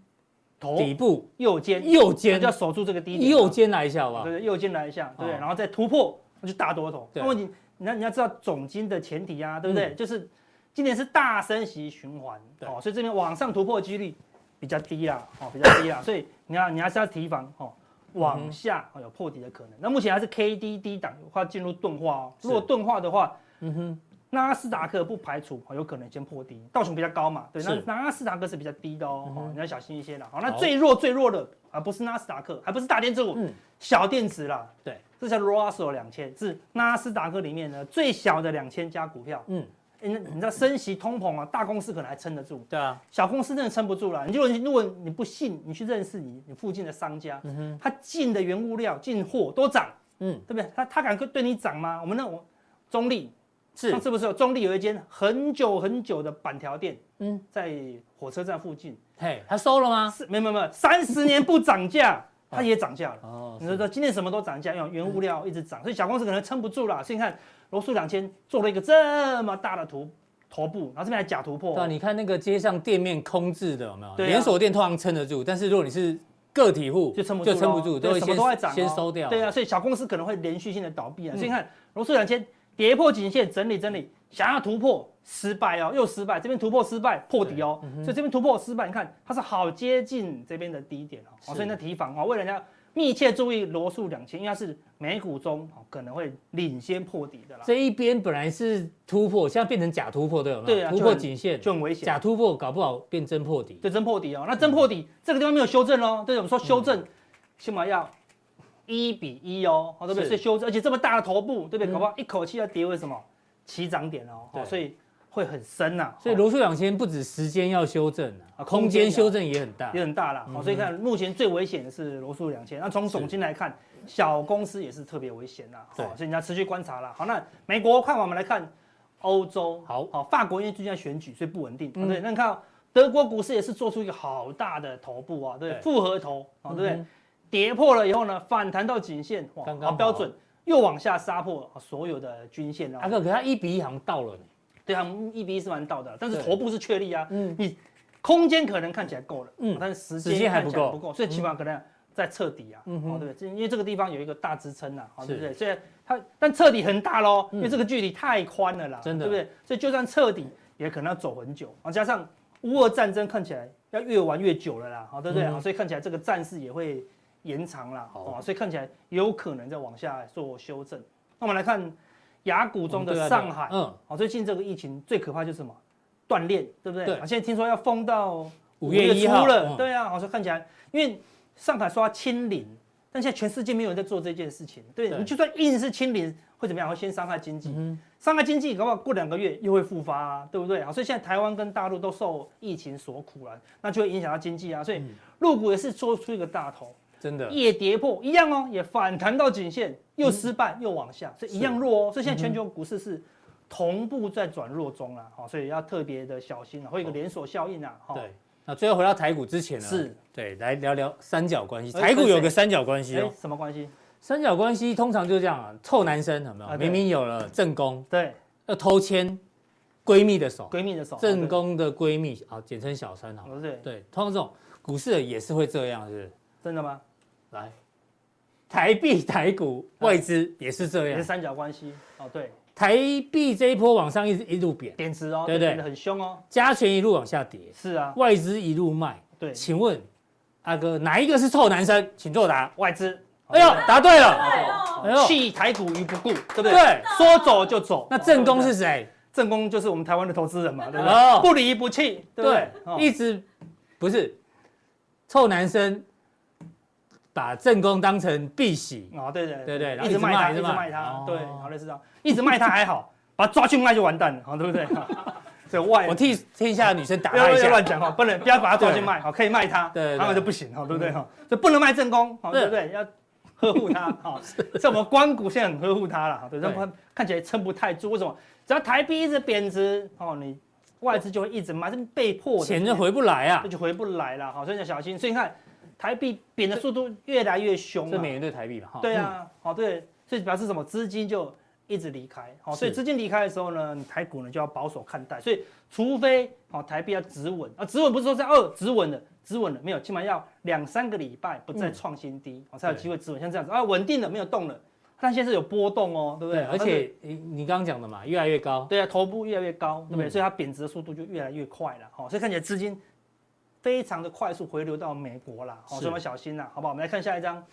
Speaker 3: 头
Speaker 2: 底部，
Speaker 3: 右肩，
Speaker 2: 右
Speaker 3: 那
Speaker 2: 肩
Speaker 3: 就要守住这个低点，啊
Speaker 2: 右，肩来一下好不好
Speaker 3: 对？对，右肩来一下，对不对？
Speaker 2: 哦
Speaker 3: 然后再突破，那就大多头。
Speaker 2: 对嗯
Speaker 3: 那问题，你要你要知道总金的前提啊，对不对？就是今年是大升息循环，
Speaker 2: 对
Speaker 3: 哦，所以这边往上突破的几率比较低啦，哦，比较
Speaker 2: [COUGHS]
Speaker 3: 低啦，所以你要你还是要提防哦，
Speaker 2: 嗯哼
Speaker 3: 往下、哦、有破底的可能。那目前还是 K D D 档，快进入钝化哦。
Speaker 2: 是
Speaker 3: 如果钝化的话，
Speaker 2: 嗯哼，
Speaker 3: 纳斯达克不排除、哦、有可能先破底，道琼比较高嘛，对，那
Speaker 2: 是嗯
Speaker 3: 纳斯达克是比较低的哦，哦你要小心一些啦。好，那
Speaker 2: 好
Speaker 3: 最弱最弱的啊，不是纳斯达克，还不是大电子股，
Speaker 2: 嗯
Speaker 3: 小电子啦，
Speaker 2: 对，
Speaker 3: 这叫 Russell 两千，是纳斯达克里面呢最小的两千家股票。
Speaker 2: 嗯
Speaker 3: 嗯，你你知道升息通膨啊，大公司可能还撑得住，
Speaker 2: 对啊，
Speaker 3: 小公司真的撑不住了。你就如果你不信，你去认识你你附近的商家，他进的原物料、进货都涨，
Speaker 2: 嗯，
Speaker 3: 对不对？他他敢对你涨吗？我们那种中立，
Speaker 2: 是
Speaker 3: 上次不是有中立有一间很久很久的板条店，
Speaker 2: 嗯啊
Speaker 3: 嗯，在火车站附近，
Speaker 2: 嘿，他收了吗？
Speaker 3: 是没有没有没有，三十年不涨价，它也涨价了。
Speaker 2: 啊哦嗯
Speaker 3: 你，说今年什么都涨价，因为原物料一直涨，所以小公司可能撑不住啦。所以你看，罗素两千做了一个这么大的图头部，然后这边还假突破
Speaker 2: 对啊，
Speaker 3: 哦，
Speaker 2: 你看那个街上店面空置的有没有？
Speaker 3: 对啊
Speaker 2: 连锁店通常撑得住，但是如果你是个体户，
Speaker 3: 就撑不住
Speaker 2: 就
Speaker 3: 咯，
Speaker 2: 撑不住，
Speaker 3: 对
Speaker 2: 都会
Speaker 3: 什么都在涨
Speaker 2: 先
Speaker 3: 哦，
Speaker 2: 先收掉。
Speaker 3: 对啊，，所以小公司可能会连续性的倒闭啊。
Speaker 2: 嗯
Speaker 3: 所以你看，罗素两千跌破颈线，整理整理，想要突破失败哦，又失败，这边突破失败破底哦，所以这边突破失败，你看它是好接近这边的低点哦，
Speaker 2: 是
Speaker 3: 哦所以那提防哦，为了你要密切注意罗素两千，因为它是美股中哦可能会领先破底的啦。
Speaker 2: 这一边本来是突破，现在变成假突破，对有没有？
Speaker 3: 对啊
Speaker 2: 突破颈线，
Speaker 3: 就很危险，
Speaker 2: 假突破搞不好变真破底。
Speaker 3: 对，真破底哦。那真破底、这个地方没有修正哦，对，我们说修正，起码要一比一哦，好，对不对？
Speaker 2: 是
Speaker 3: 所以修正，而且这么大的头部，对不对？
Speaker 2: 嗯
Speaker 3: 搞不好一口气要跌为什么起涨点哦，
Speaker 2: 对
Speaker 3: 哦所以会很深呐、
Speaker 2: 所以
Speaker 3: 哦
Speaker 2: 罗素两千不止时间要修正啊，
Speaker 3: 啊
Speaker 2: 空
Speaker 3: 空
Speaker 2: 间
Speaker 3: 间
Speaker 2: 修正也很大嗯
Speaker 3: 也。很大啦，好，所以看目前最危险的是罗素两千。那从总金来看，小公司也是特别危险啦，
Speaker 2: 对
Speaker 3: 好，所以你要持续观察啦。好，那美国看完我们来看欧洲，
Speaker 2: 好
Speaker 3: 好，法国因为最近在选举，所以不稳定，
Speaker 2: 嗯
Speaker 3: 哦对。那你看哦德国股市也是做出一个好大的头部啊，对不
Speaker 2: 对
Speaker 3: 对，复合头，哦，对不对？
Speaker 2: 嗯
Speaker 3: 跌破了以后呢，反弹到颈线，哇，
Speaker 2: 刚刚
Speaker 3: 好
Speaker 2: 好
Speaker 3: 标准，又往下杀破哦所有的均线
Speaker 2: 阿
Speaker 3: 啊。
Speaker 2: 哥，可是他一比一好像到了呢。
Speaker 3: ，E 对，他们一比一是蛮到的，但是
Speaker 2: 对
Speaker 3: 头部是确立啊。
Speaker 2: 嗯
Speaker 3: 你空间可能看起来够了，
Speaker 2: 嗯
Speaker 3: 嗯，但是时
Speaker 2: 时间
Speaker 3: 间
Speaker 2: 还
Speaker 3: 看起
Speaker 2: 不
Speaker 3: 来
Speaker 2: 够嗯
Speaker 3: 不够，所以起码可能在彻底啊，
Speaker 2: 嗯哼
Speaker 3: 哦，对不对？这因为这个地方有一个大支撑呐，哦，
Speaker 2: 是
Speaker 3: 对不对？所以它但彻底很大喽，
Speaker 2: 嗯
Speaker 3: 因为这个距离太宽了啦，
Speaker 2: 真的
Speaker 3: 对不对？所以就算彻底，也可能要走很久啊，加上乌俄战争看起来要越玩越久了啦，好，对不对？
Speaker 2: 嗯
Speaker 3: 啊所以看起来这个战事也会延长啦，
Speaker 2: 好
Speaker 3: 哦，所以看起来有可能再往下做修正。那我们来看雅股中
Speaker 2: 对啊对啊
Speaker 3: 的上海，
Speaker 2: 嗯，
Speaker 3: 哦，最近这个疫情最可怕就是什么？断裂，对不对？
Speaker 2: 对
Speaker 3: 啊，现在听说要封到
Speaker 2: 五月一号
Speaker 3: 初了，
Speaker 2: 嗯
Speaker 3: 对啊，好像看起来，因为上海说要清零，但现在全世界没有人在做这件事情，对
Speaker 2: 对
Speaker 3: 你就算硬是清零会怎么样？会先伤害经济，
Speaker 2: 嗯
Speaker 3: 伤害经济，搞不好过两个月又会复发、啊，对不对？好，所以现在台湾跟大陆都受疫情所苦了、那就会影响到经济啊，所以
Speaker 2: 嗯
Speaker 3: 陆股也是做出一个大头，
Speaker 2: 真的，
Speaker 3: 也跌破一样哦，也反弹到颈线，又失败、又往下，
Speaker 2: 嗯
Speaker 3: 所以一样弱哦。所以现在全球股市是同步在转弱中啦，好、所以要特别的小心啊，会有一个连锁效应啊，哈、
Speaker 2: 嗯哦对。那最后回到台股之前呢，
Speaker 3: 是
Speaker 2: 对，来聊聊三角关系。
Speaker 3: 哎
Speaker 2: 台股有个
Speaker 3: 跟谁
Speaker 2: 三角关系
Speaker 3: 哎
Speaker 2: 哦，，
Speaker 3: 什么关系？
Speaker 2: 三角关系通常就这样啊，臭男生有没有？
Speaker 3: 啊对
Speaker 2: 明明有了正宫，
Speaker 3: 对，
Speaker 2: 要偷牵闺蜜的手，
Speaker 3: 闺蜜的手，
Speaker 2: 哦正宫的闺蜜啊，简称小三好了。
Speaker 3: 哦，对，
Speaker 2: 对，通常这种股市也是会这样，是不是？
Speaker 3: 真的吗？
Speaker 2: 来，台币、台股、外资也是这
Speaker 3: 也是
Speaker 2: 样。
Speaker 3: 三角关系哦，对，
Speaker 2: 台币这一波往上一直一路贬，
Speaker 3: 贬值哦，
Speaker 2: 对对
Speaker 3: 贬得很凶哦，
Speaker 2: 加权一路往下跌，
Speaker 3: 是啊，
Speaker 2: 外资一路卖。
Speaker 3: 对，
Speaker 2: 请问阿哥哪一个是臭男生？请作答。
Speaker 3: 外资，哦
Speaker 2: 哎呦，答对了。
Speaker 4: 哎呦，
Speaker 2: 哎呦
Speaker 3: 弃台股于不顾，对不对？
Speaker 2: 对，
Speaker 3: 说走就走。
Speaker 2: 那正宫
Speaker 3: 哦
Speaker 2: 是谁？
Speaker 3: 正宫，就是我们台湾的投资人嘛，对不
Speaker 2: 哦
Speaker 3: 对？不离不弃，对不
Speaker 2: 对
Speaker 3: 对？哦，
Speaker 2: 一直不是臭男生把正宫当成碧玺，
Speaker 3: 啊，对对
Speaker 2: 对对然后一
Speaker 3: 一直
Speaker 2: 直
Speaker 3: 卖
Speaker 2: 卖一
Speaker 3: 它，一
Speaker 2: 直
Speaker 3: 直
Speaker 2: 卖
Speaker 3: 卖它
Speaker 2: 哦，
Speaker 3: 对，好类似这样，一直卖它还好，把它抓去卖就完蛋了，哦好，对不对？ [LAUGHS] 所以外
Speaker 2: 我替天下的女生打
Speaker 3: 不要
Speaker 2: 他一
Speaker 3: 不要
Speaker 2: 下
Speaker 3: 乱。讲哈，哦不能不要把它抓去卖，好，哦可以卖它，
Speaker 2: 对对对嗯
Speaker 3: 他们就不行哦哈，对不对哈？所以不能卖正宫，好，
Speaker 2: 对
Speaker 3: 对不对？要呵护它
Speaker 2: [LAUGHS]
Speaker 3: 哈，所以我们关谷现在很呵护它了，对，让它看起来撑不太住，为什么？只要台币一直贬值，哦，你外资就会一直买，是被迫的
Speaker 2: 钱就回不来啊
Speaker 3: 那，就回不来了，好，所以要小心。所以你看台币贬的速度越来越凶
Speaker 2: 这
Speaker 3: 了
Speaker 2: 美。元对台币嘛，哈嗯
Speaker 3: 啊对，啊，好、对，所以表示什么？资金就一直离开，好、所以
Speaker 2: 是
Speaker 3: 资金离开的时候呢，你台股呢就要保守看待，所以除非好、台币要止稳啊，止稳不是说在哦止稳了，止稳了没有，起码要两三个礼拜不再
Speaker 2: 嗯
Speaker 3: 创新低，好、才有
Speaker 2: 对
Speaker 3: 机会止稳，像这样子啊，稳定了没有动了，但现在是有波动哦，对
Speaker 2: 嗯
Speaker 3: 不对？
Speaker 2: 对，而
Speaker 3: 但是
Speaker 2: 且你你刚刚讲的嘛，越来越高，
Speaker 3: 对啊，头部越来越高，对不对？
Speaker 2: 嗯
Speaker 3: 所以它贬值的速度就越来越快了，哦好、所以看起来资金非常的快速回流到美国啦，好、
Speaker 2: 是
Speaker 3: 所以我们要小心啦，好不好？我们来看下一张，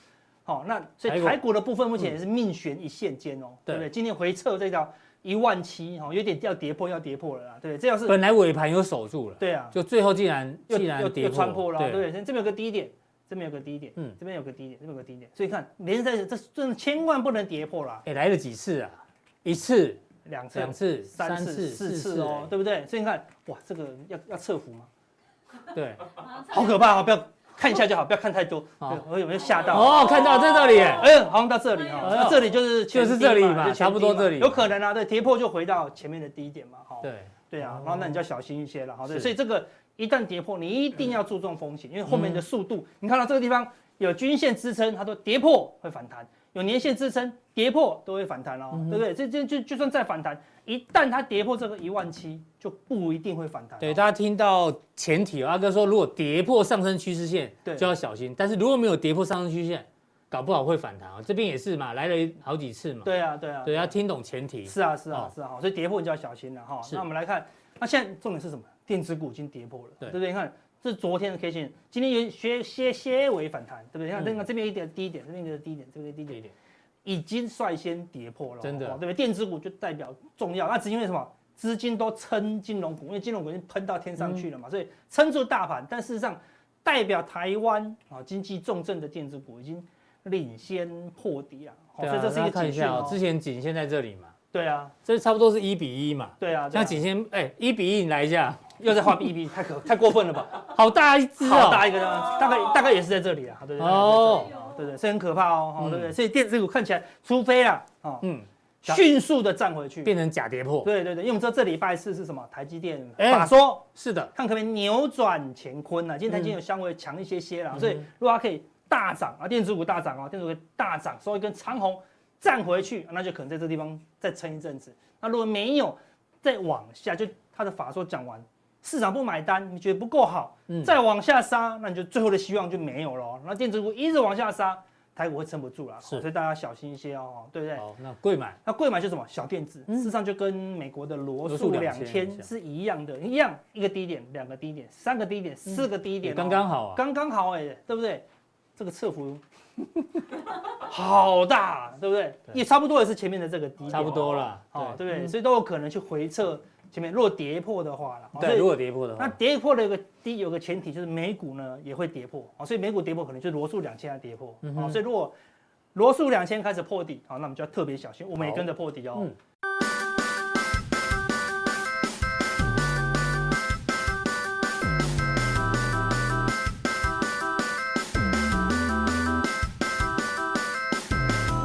Speaker 3: 好、那所
Speaker 2: 台
Speaker 3: 以
Speaker 2: 股
Speaker 3: 台股的部分目前也是命悬一线间哦，
Speaker 2: 对
Speaker 3: 哎对不对？今天回撤这条一万七，哦哈，有点要跌破，要跌破了啦，对不对？这要是
Speaker 2: 本来尾盘又守住了，
Speaker 3: 对啊，
Speaker 2: 就最后竟然
Speaker 3: 又
Speaker 2: 竟
Speaker 3: 又
Speaker 2: 然跌
Speaker 3: 又穿破了啊，对不
Speaker 2: 对，
Speaker 3: 对？这边有个低点，这边有个低点，
Speaker 2: 嗯
Speaker 3: 嗯，这边有个低点，这边有个低点，所以看连在这真的千万不能跌破啦，
Speaker 2: 哎，来了几次啊？一次、
Speaker 3: 两次
Speaker 2: 两次、
Speaker 3: 三次、四次哦，，对不对？所以你看，哇，这个要要测幅吗？
Speaker 2: 哎对，
Speaker 3: 好可怕哦！不要看一下就好，不要看太多。
Speaker 2: 好
Speaker 3: 对我有没有吓到？
Speaker 2: 哦，看到在这里耶，
Speaker 3: 哎呦，好像到这里哈，
Speaker 2: 哎呦
Speaker 3: 那这里就是前
Speaker 2: 就是
Speaker 3: 低嘛
Speaker 2: 这里嘛
Speaker 3: 就前低
Speaker 2: 差不多这里
Speaker 3: 有可能啊，对，跌破就回到前面的低点嘛，哈。
Speaker 2: 对，
Speaker 3: 对啊
Speaker 2: 哦，
Speaker 3: 然后那你就要小心一些了，好，对，
Speaker 2: 是
Speaker 3: 所以这个一旦跌破，你一定要注重风险，因为后面
Speaker 2: 嗯
Speaker 3: 的速度，你看到这个地方有均线支撑，它说跌破会反弹，有年线支撑，跌破都会反弹哦，
Speaker 2: 嗯
Speaker 3: 对不对？这这就就算再反弹，一旦它跌破这个一万七，就不一定会反弹哦。
Speaker 2: 对，大家听到前提哦，阿哥说如果跌破上升趋势线，
Speaker 3: 对啊
Speaker 2: 就要小心。但是如果没有跌破上升趋势线，搞不好会反弹啊。这边也是嘛，来了好几次嘛。
Speaker 3: 对啊，对啊，
Speaker 2: 对，要听懂前提。
Speaker 3: 是啊，是
Speaker 2: 哦
Speaker 3: 啊，是啊，好所以跌破你就要小心了哈。
Speaker 2: 是
Speaker 3: 那我们来看，那现在重点是什么？电子股已经跌破了，
Speaker 2: 对
Speaker 3: 对不对？你看，这是昨天的 K 线，今天有些些些微反弹，对不对？你看，
Speaker 2: 嗯
Speaker 3: 这个这边有一点低点，这边有一个低点，这边有一个低
Speaker 2: 这一
Speaker 3: 点，
Speaker 2: 点
Speaker 3: 已经率先跌破了，
Speaker 2: 真的
Speaker 3: 哦对不对？电子股就代表重要，那只因为什么？资金都撑金融股，因为金融股已经喷到天上去了
Speaker 2: 嗯
Speaker 3: 嘛，所以撑住大盘。但事实上，代表台湾啊经济重镇的电子股已经领先破底了，哦
Speaker 2: 对啊，
Speaker 3: 所以这是一
Speaker 2: 大
Speaker 3: 个
Speaker 2: 家看一
Speaker 3: 警讯
Speaker 2: 下哦，之
Speaker 3: 哦。
Speaker 2: 前颈线在这里嘛，
Speaker 3: 对啊，
Speaker 2: 这差不多是一比一嘛。
Speaker 3: 对啊，对
Speaker 2: 像
Speaker 3: 啊
Speaker 2: 颈线，哎，一比一，你来一下，
Speaker 3: 又在画 B B，太 [LAUGHS] 可太过分了吧？
Speaker 2: 好大一只哦。
Speaker 3: 好大一个呢，大概大概也是在这里啊，对不对？
Speaker 2: 哦
Speaker 3: 对不对，是很可怕哦，哦
Speaker 2: 嗯
Speaker 3: 对不对？所以电子股看起来，除非啦，哦，
Speaker 2: 嗯，
Speaker 3: 迅速的站回去。
Speaker 2: 变成假跌破。
Speaker 3: 对对对，因为我们知道这礼拜四是什么，台积电
Speaker 2: 哎
Speaker 3: 法说，
Speaker 2: 是的，
Speaker 3: 看可不可以扭转乾坤啊。今天台积电有稍微强一些些啦，所以如果它可以大涨啊，电子股大涨哦，电子股大涨，收一根长红站回去，那就可能在这地方再撑一阵子。那如果没有再往下，就它的法说讲完，市场不买单，你觉得不够好，
Speaker 2: 嗯
Speaker 3: 再往下杀，那你就最后的希望就没有了哦。那电子股一直往下杀，台股会撑不住了，
Speaker 2: 是
Speaker 3: 所以大家小心一些哦，对不对？
Speaker 2: 嗯好，那贵买
Speaker 3: 那贵买是什么？小电子，
Speaker 2: 嗯
Speaker 3: 事实上就跟美国的罗
Speaker 2: 罗素
Speaker 3: 素两
Speaker 2: 2000
Speaker 3: 千是一样的，一样一个低点，两个低点，三个低点，四个低
Speaker 2: 也
Speaker 3: 点哦、
Speaker 2: 刚刚好啊，
Speaker 3: 刚刚好哎、对不对？这个
Speaker 2: [LAUGHS]
Speaker 3: 侧幅好大，对不对？也差不多也是前面的这个低点，
Speaker 2: 差不多啦。
Speaker 3: 哦，对不对？
Speaker 2: 嗯
Speaker 3: 所以都有可能去回撤前面，如果跌破的话啦，哦所
Speaker 2: 对，
Speaker 3: 以
Speaker 2: 如果跌破的
Speaker 3: 那
Speaker 2: 话，
Speaker 3: 跌破的一个低有个前提就是美股呢也会跌破啊、哦所以美股跌破可能就是罗素两千的跌破啊、
Speaker 2: 嗯哼
Speaker 3: 所以如果罗素两千开始破底，哦好、那我们就要特别小心，我们也
Speaker 2: 好
Speaker 3: 跟着破底哦。
Speaker 2: 嗯好，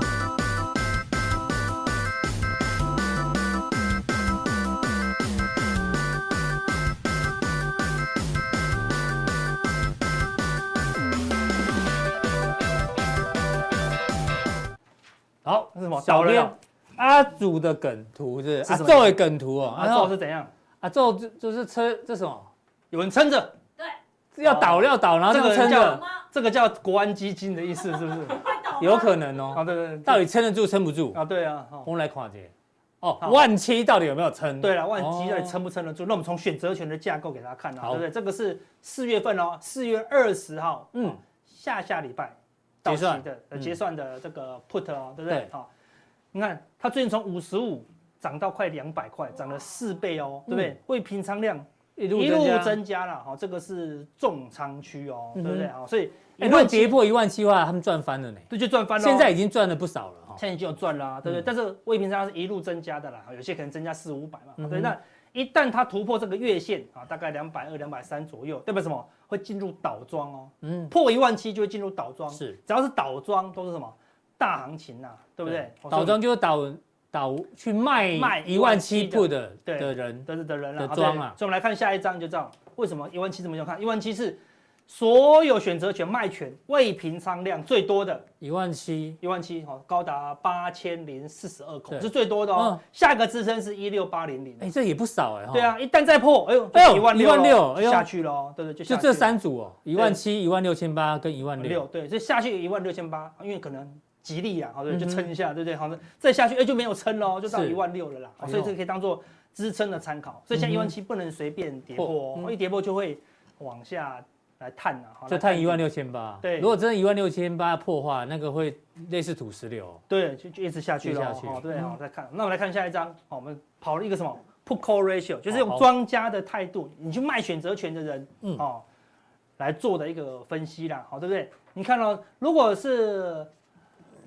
Speaker 3: 那是什么
Speaker 2: 小
Speaker 3: 倒哦了
Speaker 2: 编
Speaker 3: 呀
Speaker 2: 阿祖的梗图是
Speaker 3: 是
Speaker 2: 阿
Speaker 3: 什么
Speaker 2: 宙的梗图哦，
Speaker 3: 啊，哦
Speaker 2: 阿
Speaker 3: 这
Speaker 2: 宙
Speaker 3: 是怎样？
Speaker 2: 阿宙就就是车这什么
Speaker 3: 有人撑着，
Speaker 4: 对，
Speaker 2: 要倒
Speaker 3: 哦
Speaker 2: 要倒，然后
Speaker 3: 这
Speaker 2: 这
Speaker 3: 个
Speaker 2: 样撑
Speaker 3: 叫
Speaker 4: 懂
Speaker 2: 着，
Speaker 4: 吗？
Speaker 3: 这个叫国安基金的意思是
Speaker 2: [LAUGHS]
Speaker 3: 不是？
Speaker 4: 快懂吗
Speaker 2: 有可能哦。
Speaker 3: 啊，对对对，
Speaker 2: 到底撑得住撑不住？
Speaker 3: 啊，对啊，哦
Speaker 2: 我们来看一下。哦，
Speaker 3: 好
Speaker 2: 万七到底有没有撑？
Speaker 3: 对了，万基到底
Speaker 2: 哦
Speaker 3: 撑不撑得住？那我们从选择权的架构给大家看啊，
Speaker 2: 好
Speaker 3: 对不对？这个是四月份哦，四月二十号，
Speaker 2: 嗯，
Speaker 3: 下下礼拜到
Speaker 2: 结
Speaker 3: 期
Speaker 2: 算
Speaker 3: 的呃
Speaker 2: 嗯
Speaker 3: 结算的这个 put 哦，对不对
Speaker 2: 对？
Speaker 3: 好，你看它最近从五十五涨到快两百块，涨了四倍哦，
Speaker 2: 嗯
Speaker 3: 对不对？为平仓量
Speaker 2: 一路
Speaker 3: 一路
Speaker 2: 增加。
Speaker 3: 增加了，好，这个是重仓区哦，
Speaker 2: 嗯
Speaker 3: 对
Speaker 2: 哼
Speaker 3: 不对？好，所以
Speaker 2: 哎，
Speaker 3: 一
Speaker 2: 如果
Speaker 3: 万七
Speaker 2: 跌破一万七的话，他们赚翻了呢。
Speaker 3: 对就赚翻了。哦
Speaker 2: 现在已经赚了不少了哈。
Speaker 3: 现在就有赚啦，对不对？
Speaker 2: 嗯
Speaker 3: 但是未平仓是一路增加的啦，有些可能增加四五百嘛，
Speaker 2: 嗯哼
Speaker 3: 对。那一旦它突破这个月线啊，大概两百二、两百三左右，代表什么？会进入倒庄哦，
Speaker 2: 嗯，
Speaker 3: 破一万七就会进入倒庄。
Speaker 2: 是
Speaker 3: 只要是倒庄都是什么大行情呐、啊对不对？
Speaker 2: 倒
Speaker 3: 哦
Speaker 2: 庄就是倒倒去卖
Speaker 3: 卖
Speaker 2: 一万七
Speaker 3: 17,000
Speaker 2: 铺的
Speaker 3: 对
Speaker 2: 的人，
Speaker 3: 所以得的人了、
Speaker 2: 的
Speaker 3: 好
Speaker 2: 庄
Speaker 3: 对
Speaker 2: 啊
Speaker 3: 所以我们来看下一章，就这样。为什么一万七这么要看？一万七是所有选择权卖权未平仓量最多的，
Speaker 2: 一万七，
Speaker 3: 一万七哦，高达八千零四十二口
Speaker 2: 对
Speaker 3: 是最多的哦。
Speaker 2: 嗯
Speaker 3: 下一个支撑是一六八零零。
Speaker 2: 哎，这也不少哎哈。
Speaker 3: 对，啊，一旦再破，哎呦，
Speaker 2: 哎呦
Speaker 3: 一万
Speaker 2: 16,000哎呦
Speaker 3: 就下去喽，对不对？
Speaker 2: 就
Speaker 3: 下去
Speaker 2: 这三组哦，一万七、一万六千八跟一万
Speaker 3: 六，
Speaker 2: 六，
Speaker 3: 对，所以下去一万六千八，因为可能吉利啊，好的
Speaker 2: 嗯哼
Speaker 3: 就撑一下，对不对？好的，再下去哎就没有撑喽，就到
Speaker 2: 是
Speaker 3: 一万六了啦，好
Speaker 2: 哎呦
Speaker 3: 所以这个可以当做支撑的参考。所以现
Speaker 2: 嗯
Speaker 3: 在一
Speaker 2: 哼
Speaker 3: 万七不能随便跌破
Speaker 2: 破
Speaker 3: 哦，
Speaker 2: 嗯
Speaker 3: 一跌破就会往下来探啊，好
Speaker 2: 就探一万。
Speaker 3: 来
Speaker 2: 六千八。
Speaker 3: 对
Speaker 2: 如果真的一万六千八破坏，那个会类似土石流哦。
Speaker 3: 对，就就一直下去
Speaker 2: 一
Speaker 3: 了
Speaker 2: 直下去嗯
Speaker 3: 哦，对，好，再看，那我们来看下一张，好，我们跑了一个什么 put call ratio，就
Speaker 2: 好
Speaker 3: 是用
Speaker 2: 好
Speaker 3: 庄家的态度，你去卖选择权的人，
Speaker 2: 嗯
Speaker 3: 哦，来做的一个分析啦，好，对不对？你看哦，如果是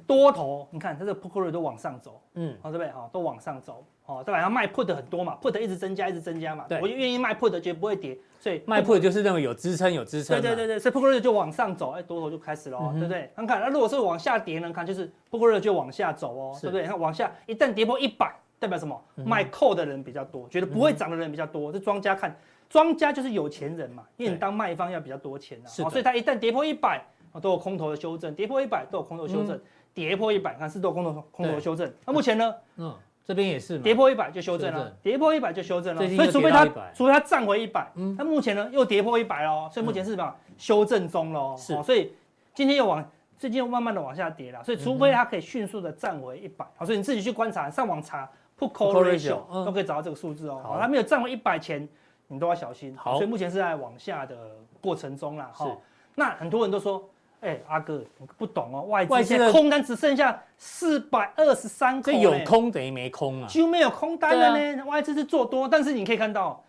Speaker 3: 多头，你看它的 put call ratio 都往上走，哦
Speaker 2: 嗯，
Speaker 3: 好，对不对？好，都往上走，好，对吧？它卖 put 的很多嘛，put 一直增加，一直增加嘛，
Speaker 2: 对
Speaker 3: 我就愿意卖 put 的，绝不会跌，所以
Speaker 2: 卖铺就是认为有支撑，有支撑啊
Speaker 3: 对
Speaker 2: 嘛。
Speaker 3: 对对对，所以 put call ratio 就往上走，哎，多头就开始了哦，
Speaker 2: 嗯哼
Speaker 3: 对不对？看看，那如果是往下跌呢？看就是 put call ratio 就往下走哦，
Speaker 2: 是
Speaker 3: 对不对？看往下一旦跌破一百，代表什么？
Speaker 2: 嗯哼
Speaker 3: 卖扣的人比较多，觉得不会涨的人比较多。这庄家看，庄家就是有钱人嘛，因为你
Speaker 2: 对
Speaker 3: 当卖方要比较多钱啊，
Speaker 2: 是的
Speaker 3: 哦所以它一旦跌破一百，哦都有空头的修正，跌破一百都有空头修正，跌破一百看是都有空头空头
Speaker 2: 对
Speaker 3: 修正。那目前呢，
Speaker 2: 嗯，这边也是嘛。
Speaker 3: 跌破一百就修正了、
Speaker 2: 修正
Speaker 3: 跌破一百就修正了、
Speaker 2: 最近
Speaker 3: 所以
Speaker 2: 又
Speaker 3: 除
Speaker 2: 跌
Speaker 3: 非
Speaker 2: 到
Speaker 3: 它
Speaker 2: 100
Speaker 3: 除非它站回一百、
Speaker 2: 嗯
Speaker 3: 嗯，那目前呢又跌破一百哦喽，所以目前是什么、修正中喽，
Speaker 2: 是
Speaker 3: 所以今天又往最近又慢慢的往下跌了，所以除非它可以迅速的站回一百、好，所以你自己去观察，上网查 put
Speaker 2: Put
Speaker 3: call
Speaker 2: call
Speaker 3: ratio、
Speaker 2: ratio，嗯
Speaker 3: 都可以找到这个数字哦，
Speaker 2: 好
Speaker 3: 好，它没有站回一百前，你都要小心，
Speaker 2: 好
Speaker 3: 所以目前是在往下的过程中啦，
Speaker 2: 是
Speaker 3: 哈，那很多人都说。哎、阿哥，你不懂哦，外
Speaker 2: 外资
Speaker 3: 资现在
Speaker 2: 的
Speaker 3: 空单只剩下四百二十三口
Speaker 2: 这
Speaker 3: 呢，
Speaker 2: 有空等于没空啊。
Speaker 3: 几乎没有空单了呢。外资是做多，但是你可以看到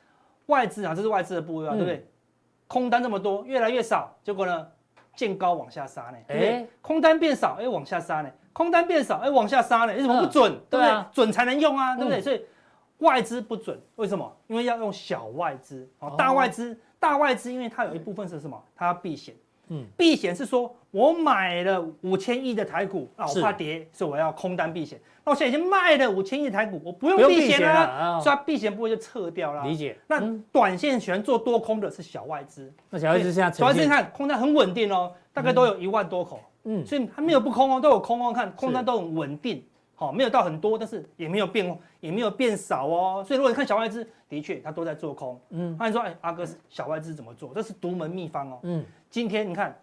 Speaker 3: 外资啊，这是外资的部位啊，
Speaker 2: 嗯
Speaker 3: 对不对？空单这么多，越来越少，结果呢，见高往下杀呢，对不对
Speaker 2: 哎
Speaker 3: 空单变少，哎，往下杀呢，空单变少，哎，往下杀呢，你怎么不准？对不
Speaker 2: 对
Speaker 3: 对
Speaker 2: 啊？
Speaker 3: 准才能用啊，对不对？
Speaker 2: 嗯
Speaker 3: 所以外资不准，为什么？因为要用小外资，哦
Speaker 2: 哦，
Speaker 3: 大外资，大外资，因为它有一部分是什么？它要避险。
Speaker 2: 嗯
Speaker 3: 避险是说我买了五千亿的台股，啊，
Speaker 2: 是
Speaker 3: 我怕跌，所以我要空单避险。那我现在已经卖了五千亿的台股，我不用
Speaker 2: 不用
Speaker 3: 避
Speaker 2: 避
Speaker 3: 险
Speaker 2: 险
Speaker 3: 啦、
Speaker 2: 了啊
Speaker 3: 所以它避险部位就撤掉啦。
Speaker 2: 理解。
Speaker 3: 那
Speaker 2: 嗯
Speaker 3: 短线喜欢做多空的是小外资，
Speaker 2: 那小孩子现在
Speaker 3: 小外
Speaker 2: 呈
Speaker 3: 资
Speaker 2: 现，
Speaker 3: 你看空单很稳定哦，大概都有一万多口，
Speaker 2: 嗯，
Speaker 3: 所以它没有不空哦，都有空哦，看空单
Speaker 2: 是
Speaker 3: 都很稳定。好、没有到很多，但是也没有变，也没有变少哦。所以如果你看小外资，的确它都在做空。
Speaker 2: 嗯
Speaker 3: 那你说，哎，阿哥，小外资怎么做？这是独门秘方哦。
Speaker 2: 嗯，
Speaker 3: 今天你看，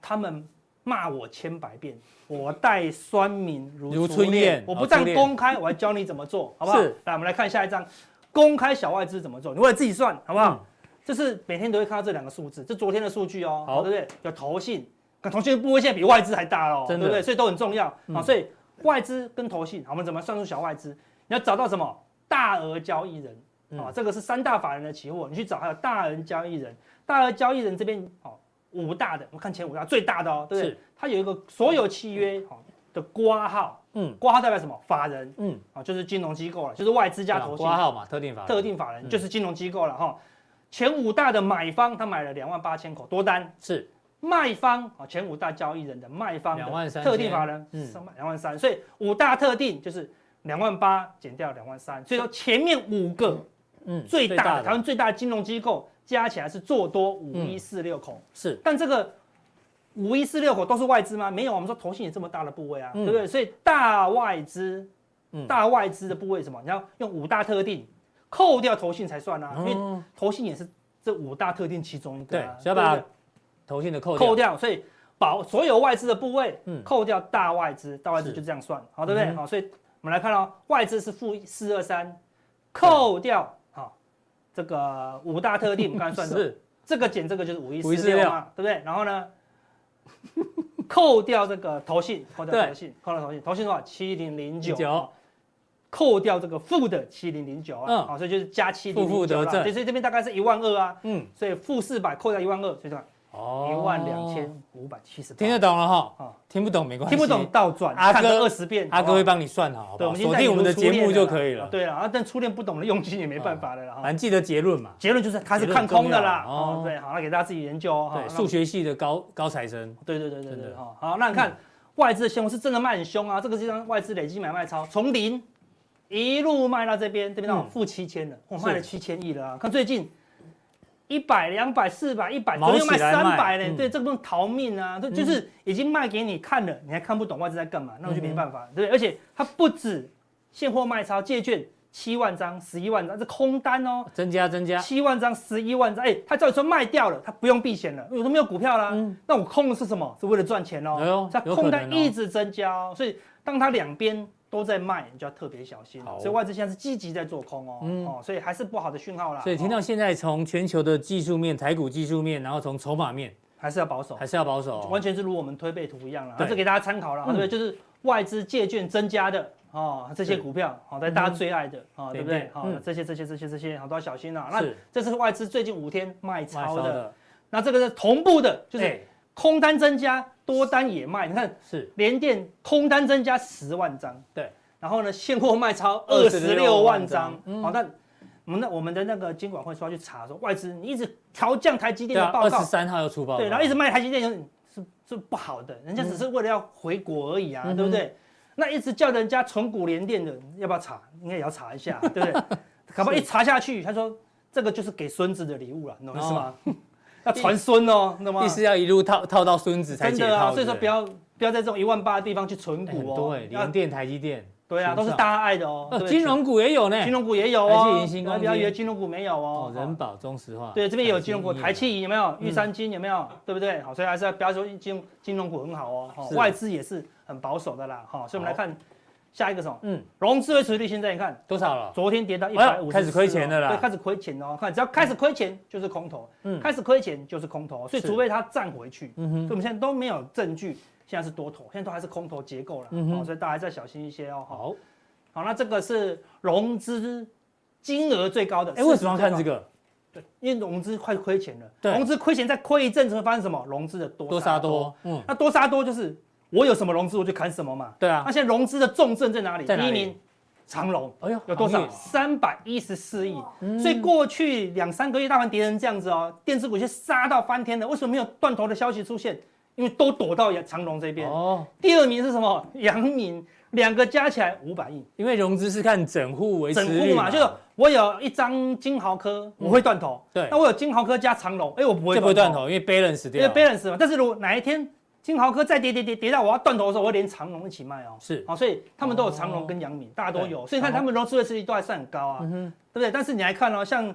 Speaker 3: 他们骂我千百遍，我待酸民
Speaker 2: 如
Speaker 3: 如
Speaker 2: 春燕
Speaker 3: 初恋。我不
Speaker 2: 好
Speaker 3: 但
Speaker 2: 初恋
Speaker 3: 公开，我还教你怎么做，好不好
Speaker 2: 是？
Speaker 3: 来，我们来看下一张，公开小外资怎么做，你为了自己算，好不
Speaker 2: 嗯
Speaker 3: 好？这是每天都会看到这两个数字，这昨天的数据哦，
Speaker 2: 好
Speaker 3: 对不对？有投信，可投信的部位现在比外资还大喽，对
Speaker 2: 真
Speaker 3: 不
Speaker 2: 的
Speaker 3: 对？所以都很重要。好，
Speaker 2: 嗯
Speaker 3: 所以外资跟投信，好我们怎么算出小外资？你要找到什么大额交易人
Speaker 2: 嗯
Speaker 3: 啊、这个是三大法人的期货，你去找还有大额交易人，大额交易人这边哦，五大的，我们看前五大最大的哦，对不对
Speaker 2: 是？
Speaker 3: 它有一个所有契约哦的挂号，
Speaker 2: 嗯
Speaker 3: 挂号代表什么？法人
Speaker 2: 嗯，
Speaker 3: 啊、就是金融机构了，就是外资加投信，
Speaker 2: 啊挂号嘛，特定法人
Speaker 3: 特定法人
Speaker 2: 嗯
Speaker 3: 就是金融机构了哈、前五大的买方，他买了两万八千口多单，
Speaker 2: 是
Speaker 3: 卖方啊，前五大交易人的卖方
Speaker 2: 23,000
Speaker 3: 的特定法人
Speaker 2: 嗯
Speaker 3: 是两万三，所以五大特定就是两万八减掉两万三，所以说前面五个
Speaker 2: 嗯
Speaker 3: 最大的
Speaker 2: 的
Speaker 3: 台湾最大的金融机构加起来是做多五
Speaker 2: 嗯
Speaker 3: 一四六口，
Speaker 2: 是
Speaker 3: 但这个五一四六口都是外资吗？没有，我们说投信也这么大的部位啊，
Speaker 2: 嗯
Speaker 3: 对不对？所以大外资
Speaker 2: 嗯，
Speaker 3: 大外资的部位是什么？你要用五大特定扣掉投信才算啊，因为
Speaker 2: 哦
Speaker 3: 投信也是这五大特定其中一个、
Speaker 2: 对
Speaker 3: 啊，，
Speaker 2: 只要
Speaker 3: 对不
Speaker 2: 把
Speaker 3: 对
Speaker 2: 投信的扣
Speaker 3: 扣
Speaker 2: 掉，
Speaker 3: 掉，所以保所有外资的部位，
Speaker 2: 嗯
Speaker 3: 扣掉大外资，大外资
Speaker 2: 是
Speaker 3: 就这样算，好，对不对？
Speaker 2: 嗯哼
Speaker 3: 好，所以我们来看哦，外资是负四二三，扣掉好这个五大特定，我们刚才算的，
Speaker 2: 是
Speaker 3: 这个减这个就是五一四
Speaker 2: 5146
Speaker 3: 六嘛，对不对？然后呢， [LAUGHS] 扣掉这个投信，扣掉
Speaker 2: 对
Speaker 3: 投信，扣掉投信，投信多少？七零零九。
Speaker 2: 09
Speaker 3: 好扣掉这个负的七零零九
Speaker 2: 嗯
Speaker 3: 啊，好，所以就是加七零
Speaker 2: 负负
Speaker 3: 零
Speaker 2: 得
Speaker 3: 九
Speaker 2: 正
Speaker 3: 了，对所以这边大概是一万二啊，
Speaker 2: 嗯
Speaker 3: 所以负四百扣掉一万二，所以这样
Speaker 2: 哦
Speaker 3: 一万两千五百七十，
Speaker 2: 听得懂了哈
Speaker 3: 哦，
Speaker 2: 听不懂没关系，
Speaker 3: 听不懂倒转，
Speaker 2: 阿
Speaker 3: 看个
Speaker 2: 哥
Speaker 3: 二十遍，
Speaker 2: 阿
Speaker 3: 好不
Speaker 2: 哥
Speaker 3: 好
Speaker 2: 会帮你算好，好不
Speaker 3: 对，我
Speaker 2: 好？
Speaker 3: 们
Speaker 2: 锁定我们的节目就可以了。
Speaker 3: 对了，啊，但初恋不懂的用心也没办法了啦。哈
Speaker 2: 反正记得结论嘛。
Speaker 3: 结论就是他是
Speaker 2: 哦结论
Speaker 3: 看空的啦，
Speaker 2: 重要哦
Speaker 3: 哦，对，好，那给大家自己研究哦。哈
Speaker 2: 对，数，学系的高高材生，
Speaker 3: 那对对对对
Speaker 2: 真
Speaker 3: 对，
Speaker 2: 的
Speaker 3: 哈，好，那你看外资的现货是真的卖很凶啊，这个是一张外资累积买卖超，从零一路卖到这边，这边到
Speaker 2: 嗯
Speaker 3: 负七千了，我
Speaker 2: 是
Speaker 3: 卖了七千亿了啊，看最近。一百、两百、四百、一百，
Speaker 2: 毛
Speaker 3: 昨
Speaker 2: 起
Speaker 3: 天又
Speaker 2: 来
Speaker 3: 卖
Speaker 2: 卖
Speaker 3: 三百嘞
Speaker 2: 嗯，
Speaker 3: 对，这个不能逃命啊！对，就是已经卖给你看了，你还看不懂外资在干嘛，那我
Speaker 2: 嗯
Speaker 3: 就没办法，对不对？而且它不止现货卖超借券七万张、十一万张，这空单哦，
Speaker 2: 增加增加，
Speaker 3: 七万张、十一万张，哎，他叫你说卖掉了，他不用避险了，我都没有股票啦。
Speaker 2: 嗯
Speaker 3: 那我空的是什么？是为了赚钱哦。
Speaker 2: 哎呦
Speaker 3: 它
Speaker 2: 有可
Speaker 3: 空
Speaker 2: 能
Speaker 3: 单
Speaker 2: 哦
Speaker 3: 一直增加哦，所以当它两边都在卖，你就要特别小心
Speaker 2: 好。
Speaker 3: 所以外资现在是积极在做空哦，
Speaker 2: 嗯
Speaker 3: 哦，所以还是不好的讯号啦。
Speaker 2: 所以听
Speaker 3: 哦
Speaker 2: 到现在从全球的技术面、台股技术面，然后从筹码面，
Speaker 3: 还是要保守，
Speaker 2: 还是要保守哦。
Speaker 3: 完全是如我们推背图一样了，
Speaker 2: 对
Speaker 3: 还是给大家参考了，
Speaker 2: 嗯
Speaker 3: 对不对？就是外资借券增加的哦，这些
Speaker 2: 是
Speaker 3: 股票，好，在大家最爱的啊，对
Speaker 2: 点
Speaker 3: 不对
Speaker 2: 点？
Speaker 3: 好
Speaker 2: 嗯，
Speaker 3: 这些这些这些这些，好都要小心了。那
Speaker 2: 是
Speaker 3: 这是外资最近五天卖
Speaker 2: 卖
Speaker 3: 超
Speaker 2: 超
Speaker 3: 的。
Speaker 2: 的，
Speaker 3: 那这个是同步的，就
Speaker 2: 哎
Speaker 3: 是空单增加，多单也卖。你看
Speaker 2: 是
Speaker 3: 联电空单增加十万张，
Speaker 2: 对，
Speaker 3: 然后呢现货卖超二十
Speaker 2: 26
Speaker 3: 六
Speaker 2: 万
Speaker 3: 万
Speaker 2: 张嗯
Speaker 3: 张。好，那我们那我们的那个监管会说要去查说外资你一直调降台积
Speaker 2: 对
Speaker 3: 电的
Speaker 2: 啊，
Speaker 3: 报
Speaker 2: 二十
Speaker 3: 告，
Speaker 2: 三号要出报告，
Speaker 3: 对，然后一直卖台积电就是是是不好的，人家只是为了要回国而已啊，
Speaker 2: 嗯哼
Speaker 3: 对不对？那一直叫人家存股联电的，要不要查？应该也要查
Speaker 2: [LAUGHS]
Speaker 3: 一下，对不对？搞不好一查下去，他说这个就是给孙子的礼物了，你懂我意思吗？ [LAUGHS] 要传孙哦，你懂吗
Speaker 2: 哦意？思要一路套套到孙子才
Speaker 3: 真
Speaker 2: 解
Speaker 3: 的啊，
Speaker 2: 套，
Speaker 3: 所以说不
Speaker 2: 对
Speaker 3: 要不要在这种一万八的地方去存
Speaker 2: 不对哎很
Speaker 3: 股
Speaker 2: 多
Speaker 3: 哦
Speaker 2: 哎，，
Speaker 3: 要
Speaker 2: 联电、台积电，
Speaker 3: 对啊，都是
Speaker 2: 群创
Speaker 3: 大家爱的哦
Speaker 2: 哦，
Speaker 3: 对
Speaker 2: 金融股也有呢，
Speaker 3: 金融股也有
Speaker 2: 台积
Speaker 3: 哦
Speaker 2: 银星，
Speaker 3: 不
Speaker 2: 光
Speaker 3: 要不要以
Speaker 2: 金
Speaker 3: 为金融股没有
Speaker 2: 哦
Speaker 3: 哦，，
Speaker 2: 人保、中石化，
Speaker 3: 对，这边也有金融股，
Speaker 2: 也有
Speaker 3: 台气有没
Speaker 2: 嗯
Speaker 3: 有？玉山金有没有？对不对？好，所以还是要不要说金金融股很好哦，哈
Speaker 2: 是
Speaker 3: 外资也是很保守的啦，哈。所以我们来看下一个什么？
Speaker 2: 嗯，
Speaker 3: 融资维持率现在你看，
Speaker 2: 多少了？
Speaker 3: 昨天跌到一
Speaker 2: 哎呀
Speaker 3: 百五，哦
Speaker 2: 开始亏钱了啦
Speaker 3: 对，开始亏钱哦。看，只要开始亏钱就是空头，
Speaker 2: 嗯
Speaker 3: 开始亏钱就是空头，哦所以
Speaker 2: 是
Speaker 3: 除非它站回去，
Speaker 2: 嗯
Speaker 3: 所以
Speaker 2: 哼，
Speaker 3: 我们现在都没有证据，现在是多头，现在都还是空头结构了，
Speaker 2: 嗯哼
Speaker 3: 哦，所以大家再小心一些哦。好，
Speaker 2: 好，
Speaker 3: 好，那这个是融资金额最高的，
Speaker 2: 哎，为什么要看
Speaker 3: 个？
Speaker 2: 这个？
Speaker 3: 对，因为融资快亏钱了，
Speaker 2: 对
Speaker 3: 融资亏钱再亏一阵子会发生什么？融资的多
Speaker 2: 多杀多，嗯，
Speaker 3: 那多杀多就是我有什么融资我就砍什么嘛。
Speaker 2: 对
Speaker 3: 那、
Speaker 2: 啊，
Speaker 3: 现在融资的重症在哪里？
Speaker 2: 在哪里
Speaker 3: 第一名，长隆
Speaker 2: 哎呦，
Speaker 3: 有多
Speaker 2: 行
Speaker 3: 少？
Speaker 2: 业
Speaker 3: 三百一十四亿。
Speaker 2: 嗯
Speaker 3: 所以过去两三个月大盘跌成这样子哦，电子股就杀到翻天了。为什么没有断头的消息出现？因为都躲到长隆这边。
Speaker 2: 哦，
Speaker 3: 第二名是什么？阳明，两个加起来五百亿。
Speaker 2: 因为融资是看整户维持
Speaker 3: 整
Speaker 2: 率嗯
Speaker 3: 户嘛，就是我有一张金豪科，我会断头。
Speaker 2: 对
Speaker 3: 那我有金豪科加长隆，哎，我不会
Speaker 2: 就不会断
Speaker 3: 头，
Speaker 2: 头，因为啊 balance
Speaker 3: 因为
Speaker 2: 掉。
Speaker 3: balance 嘛。但是如果哪一天金豪科再跌跌跌跌到我要断头的时候，我会连长隆一起卖哦。
Speaker 2: 是哦
Speaker 3: 好，所以他们都有长隆跟阳明，大家都有，所以你看
Speaker 2: 好
Speaker 3: 他们融资的市率都还算很高啊，
Speaker 2: 嗯
Speaker 3: 对
Speaker 2: 哼，
Speaker 3: 不对？但是你来看哦，像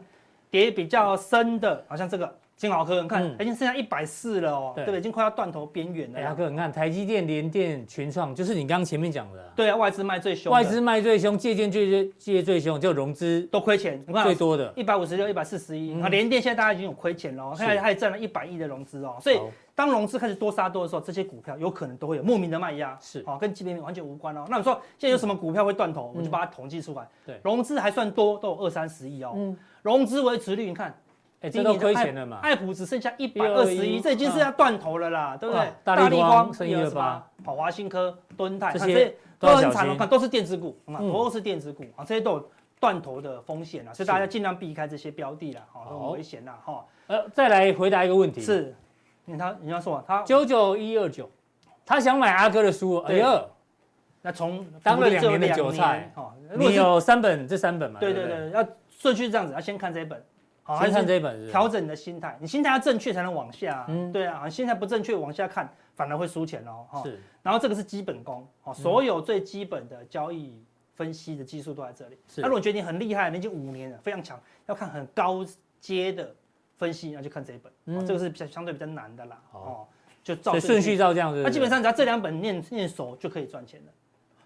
Speaker 3: 跌比较深的，好像这个金豪科，你看哎
Speaker 2: 嗯
Speaker 3: 已经剩下一百四了哦，
Speaker 2: 对
Speaker 3: 对不对？已经快要断头边缘了
Speaker 2: 哎，阿
Speaker 3: 啦。
Speaker 2: 哥，你看台积电、联电、群创，就是你刚刚前面讲的啊，
Speaker 3: 对啊，外资卖最凶的，
Speaker 2: 外资卖最凶，借券最最借最凶，就融资
Speaker 3: 都亏钱，你看
Speaker 2: 最多的。
Speaker 3: 一百五十六、一百四十一，
Speaker 2: 嗯
Speaker 3: 啊，联电现在大家已经有亏钱了哦，
Speaker 2: 是
Speaker 3: 现在它也占了一百亿的融资哦，所以
Speaker 2: 好
Speaker 3: 当融资开始多杀多的时候，这些股票有可能都会有莫名的卖压，
Speaker 2: 是嗯
Speaker 3: 哦，跟基本面完全无关哦。那你说现在有什么股票会断头？我就把它统计出来，
Speaker 2: 对
Speaker 3: 融资还算多，都有二三十亿哦，
Speaker 2: 嗯
Speaker 3: 融资维持率你看，
Speaker 2: 哎，
Speaker 3: 今
Speaker 2: 这都
Speaker 3: 年的
Speaker 2: 亏
Speaker 3: 爱
Speaker 2: 钱了嘛？
Speaker 3: 爱普只剩下一百二十一，
Speaker 2: 121
Speaker 3: 这已经是要断头了啦，对不对
Speaker 2: 哇？啊大力光剩
Speaker 3: 128
Speaker 2: 128
Speaker 3: 好，华新科、敦泰
Speaker 2: 这
Speaker 3: 看
Speaker 2: 些
Speaker 3: 些
Speaker 2: 都
Speaker 3: 都
Speaker 2: 要
Speaker 3: 很
Speaker 2: 小
Speaker 3: 惨哦，
Speaker 2: 心
Speaker 3: 看都是电子股，啊，
Speaker 2: 嗯
Speaker 3: 都是电子股啊，这些都有断头的风险啊，所
Speaker 2: 是
Speaker 3: 以大家尽量避开这些标的啦，好，
Speaker 2: 好
Speaker 3: 很危险啦，哈。
Speaker 2: 呃，再来回答一个问题，
Speaker 3: 是，你他你要说啊他
Speaker 2: 九九一二九，他想买阿哥的书，哎
Speaker 3: 对
Speaker 2: 呦，
Speaker 3: 那从
Speaker 2: 当了
Speaker 3: 股利只有
Speaker 2: 两年的
Speaker 3: 两
Speaker 2: 韭菜
Speaker 3: 年哦，如果
Speaker 2: 你
Speaker 3: 是
Speaker 2: 有三本，这三本嘛？
Speaker 3: 对
Speaker 2: 对
Speaker 3: 对
Speaker 2: 不
Speaker 3: 对，要顺序这样子，要先看这一本，好，还
Speaker 2: 先
Speaker 3: 是
Speaker 2: 看这一本是不是
Speaker 3: 调整你的心态，你心态要正确才能往下啊
Speaker 2: 嗯，
Speaker 3: 对啊，心态不正确往下看反而会输钱哦，哈。
Speaker 2: 是
Speaker 3: 然后这个是基本功
Speaker 2: 嗯
Speaker 3: 哦，所有最基本的交易分析的技术都在这里。
Speaker 2: 是
Speaker 3: 那如果你觉得你很厉害，你已经五年了，非常强，要看很高阶的分析，那就看这一本，哦
Speaker 2: 嗯
Speaker 3: 这个是比较相对比较难的啦。
Speaker 2: 好
Speaker 3: 哦，就照
Speaker 2: 所以顺序
Speaker 3: 去。
Speaker 2: 照这样子。
Speaker 3: 那基本上只要这两本念念熟就可以赚钱了。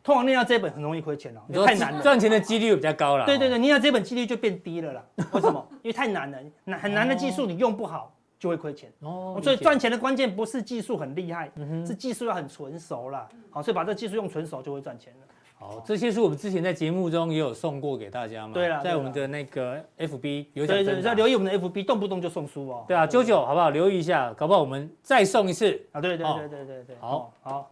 Speaker 3: 通常念到这一本很容易亏钱了，
Speaker 2: 你
Speaker 3: 因
Speaker 2: 说
Speaker 3: 为太难了。
Speaker 2: 赚钱的几率比较高了。
Speaker 3: 对
Speaker 2: 哦
Speaker 3: 对对，，念到这本几率就变低了啦。为什么？因为太难了，难很难的技术你用不好就会亏钱。
Speaker 2: 哦，
Speaker 3: 所以
Speaker 2: 理解
Speaker 3: 赚钱的关键不是技术很厉害，
Speaker 2: 嗯哼
Speaker 3: 是技术要很纯熟啦。好，所以把这技术用纯熟就会赚钱了。
Speaker 2: 好，这些书我们之前在节目中也有送过给大家嘛。
Speaker 3: 对啦
Speaker 2: 在
Speaker 3: 对
Speaker 2: 我们
Speaker 3: 啦
Speaker 2: 的那个 FB 有奖
Speaker 3: 对
Speaker 2: 征
Speaker 3: 对，
Speaker 2: 答
Speaker 3: 要。留意我们的 FB，动不动就送书哦。
Speaker 2: 啊对啊，九九好不好？留意一下，搞不好我们再送一次。
Speaker 3: 啊，对对
Speaker 2: 哦
Speaker 3: 对对对对。
Speaker 2: 好
Speaker 3: 哦好，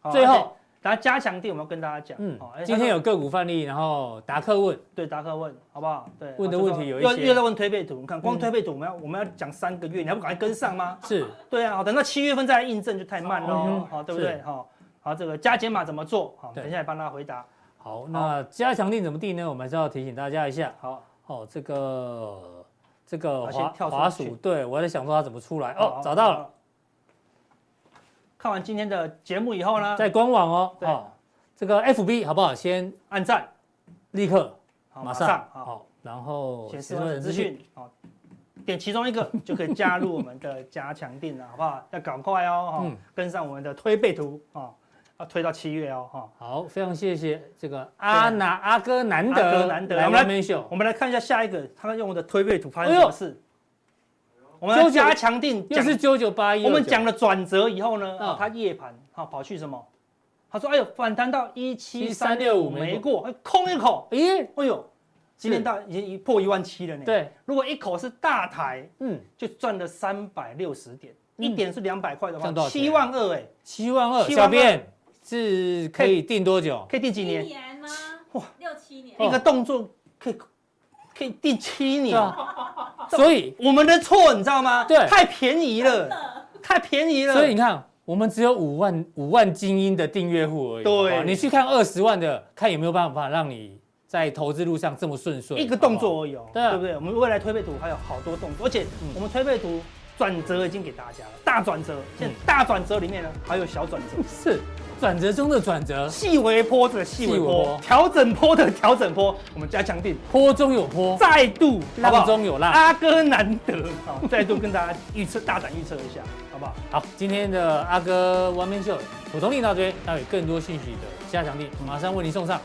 Speaker 3: 好
Speaker 2: 最，
Speaker 3: 而且
Speaker 2: 后，
Speaker 3: 大家加强地我们要跟大家讲，
Speaker 2: 嗯
Speaker 3: 哦哎，
Speaker 2: 今天有个股范例，然后达克问，
Speaker 3: 对达克问好不好？对，
Speaker 2: 问的
Speaker 3: 哦
Speaker 2: 问
Speaker 3: 这
Speaker 2: 题有
Speaker 3: 个
Speaker 2: 一
Speaker 3: 又
Speaker 2: 些
Speaker 3: 又在问推背图，你看光
Speaker 2: 嗯
Speaker 3: 推背图我们要我们要讲三个月，你还不赶快跟上吗？
Speaker 2: 是
Speaker 3: 对啊，好，等到七月份再来印证就太慢了
Speaker 2: 嗯
Speaker 3: 哦
Speaker 2: 哼，
Speaker 3: 好，对不对？
Speaker 2: 是
Speaker 3: 好，好，这个加减码怎么做？好，
Speaker 2: 对
Speaker 3: 等一下来帮大家回答。
Speaker 2: 好，那加强定怎么定呢？我们还是要提醒大家一下。
Speaker 3: 好，
Speaker 2: 哦，这个这个
Speaker 3: 好先
Speaker 2: 滑
Speaker 3: 跳出
Speaker 2: 滑
Speaker 3: 去
Speaker 2: 鼠，对我还在想说它怎么出来。
Speaker 3: 好
Speaker 2: 哦，找到。
Speaker 3: 好
Speaker 2: 了，
Speaker 3: 好看完今天的节目以后呢，
Speaker 2: 在官网哦。
Speaker 3: 对
Speaker 2: 哦，这个 FB 好不好？先
Speaker 3: 按赞，
Speaker 2: 立刻
Speaker 3: 好
Speaker 2: 马
Speaker 3: 上哦
Speaker 2: 上
Speaker 3: 好，
Speaker 2: 好，然后
Speaker 3: 显示
Speaker 2: 询
Speaker 3: 完
Speaker 2: 问
Speaker 3: 整资讯，好，点其中一个就可以加入我们的加强定了，好不好？要赶快哦，哈
Speaker 2: 嗯，
Speaker 3: 跟上我们的推背图啊，要推到七月哦，哈。
Speaker 2: 好，非常谢谢这个阿南阿哥难
Speaker 3: 阿
Speaker 2: 得
Speaker 3: 哥难得
Speaker 2: 来
Speaker 3: 我们来
Speaker 2: 完美秀，
Speaker 3: 我们来看一下下一个，他用我的推背图发生什么事。我们
Speaker 2: 究
Speaker 3: 来
Speaker 2: 竟
Speaker 3: 加强定
Speaker 2: 又
Speaker 3: 讲
Speaker 2: 是九九八一，
Speaker 3: 我们讲了转折以后呢，
Speaker 2: 嗯
Speaker 3: 啊他夜盘啊跑去什么？他说：“哎呦，反弹到一七三六
Speaker 2: 17365
Speaker 3: 五没过，哎空一口，
Speaker 2: 咦，
Speaker 3: 哎呦，今天到已经一破一万七了呢。，
Speaker 2: 对，
Speaker 3: 如果一口是大台，
Speaker 2: 嗯，
Speaker 3: 就赚了三百六十点，
Speaker 2: 嗯
Speaker 3: 一点是两百块的话
Speaker 2: 赚多，少钱
Speaker 3: 七万二哎，
Speaker 2: 七万二，
Speaker 3: 72,200
Speaker 2: 小编是可以定多久？
Speaker 3: 可以定几
Speaker 4: 一
Speaker 3: 年？
Speaker 4: 年呢？
Speaker 3: 哇
Speaker 4: 六七年。
Speaker 2: 哦
Speaker 3: 一个动作可以可以定七
Speaker 2: 对
Speaker 3: 年。
Speaker 2: 啊，所以
Speaker 3: 我们的错你知道吗？
Speaker 2: 对
Speaker 3: 太便宜了，太便宜了。
Speaker 2: 所以你看，我们只有五万五万精英的订阅户而已。
Speaker 3: 对
Speaker 2: 好不好你去看二十万的，看有没有办法让你在投资路上这么顺遂。
Speaker 3: 一个动
Speaker 2: 好不好，
Speaker 3: 作而已哦，
Speaker 2: 对啊嗯
Speaker 3: 对不对？我们未来推背图还有好多动作，而且我们推背图转折已经给大家了，大转折，现在
Speaker 2: 嗯
Speaker 3: 大转折里面呢还有小转折，
Speaker 2: 是转折中的转折，
Speaker 3: 细微波的细微
Speaker 2: 细微
Speaker 3: 波
Speaker 2: 波，
Speaker 3: 调整波的调整波，我们加强定，
Speaker 2: 坡中有坡，
Speaker 3: 再度好不
Speaker 2: 浪
Speaker 3: 好？
Speaker 2: 中有浪。
Speaker 3: 阿哥难得啊，好再度跟大家预测，大胆预测一下，好不好？
Speaker 2: 好，今天的阿哥 One Man Show 普通力到这边，那有更多讯息的加强力，马上为您送上。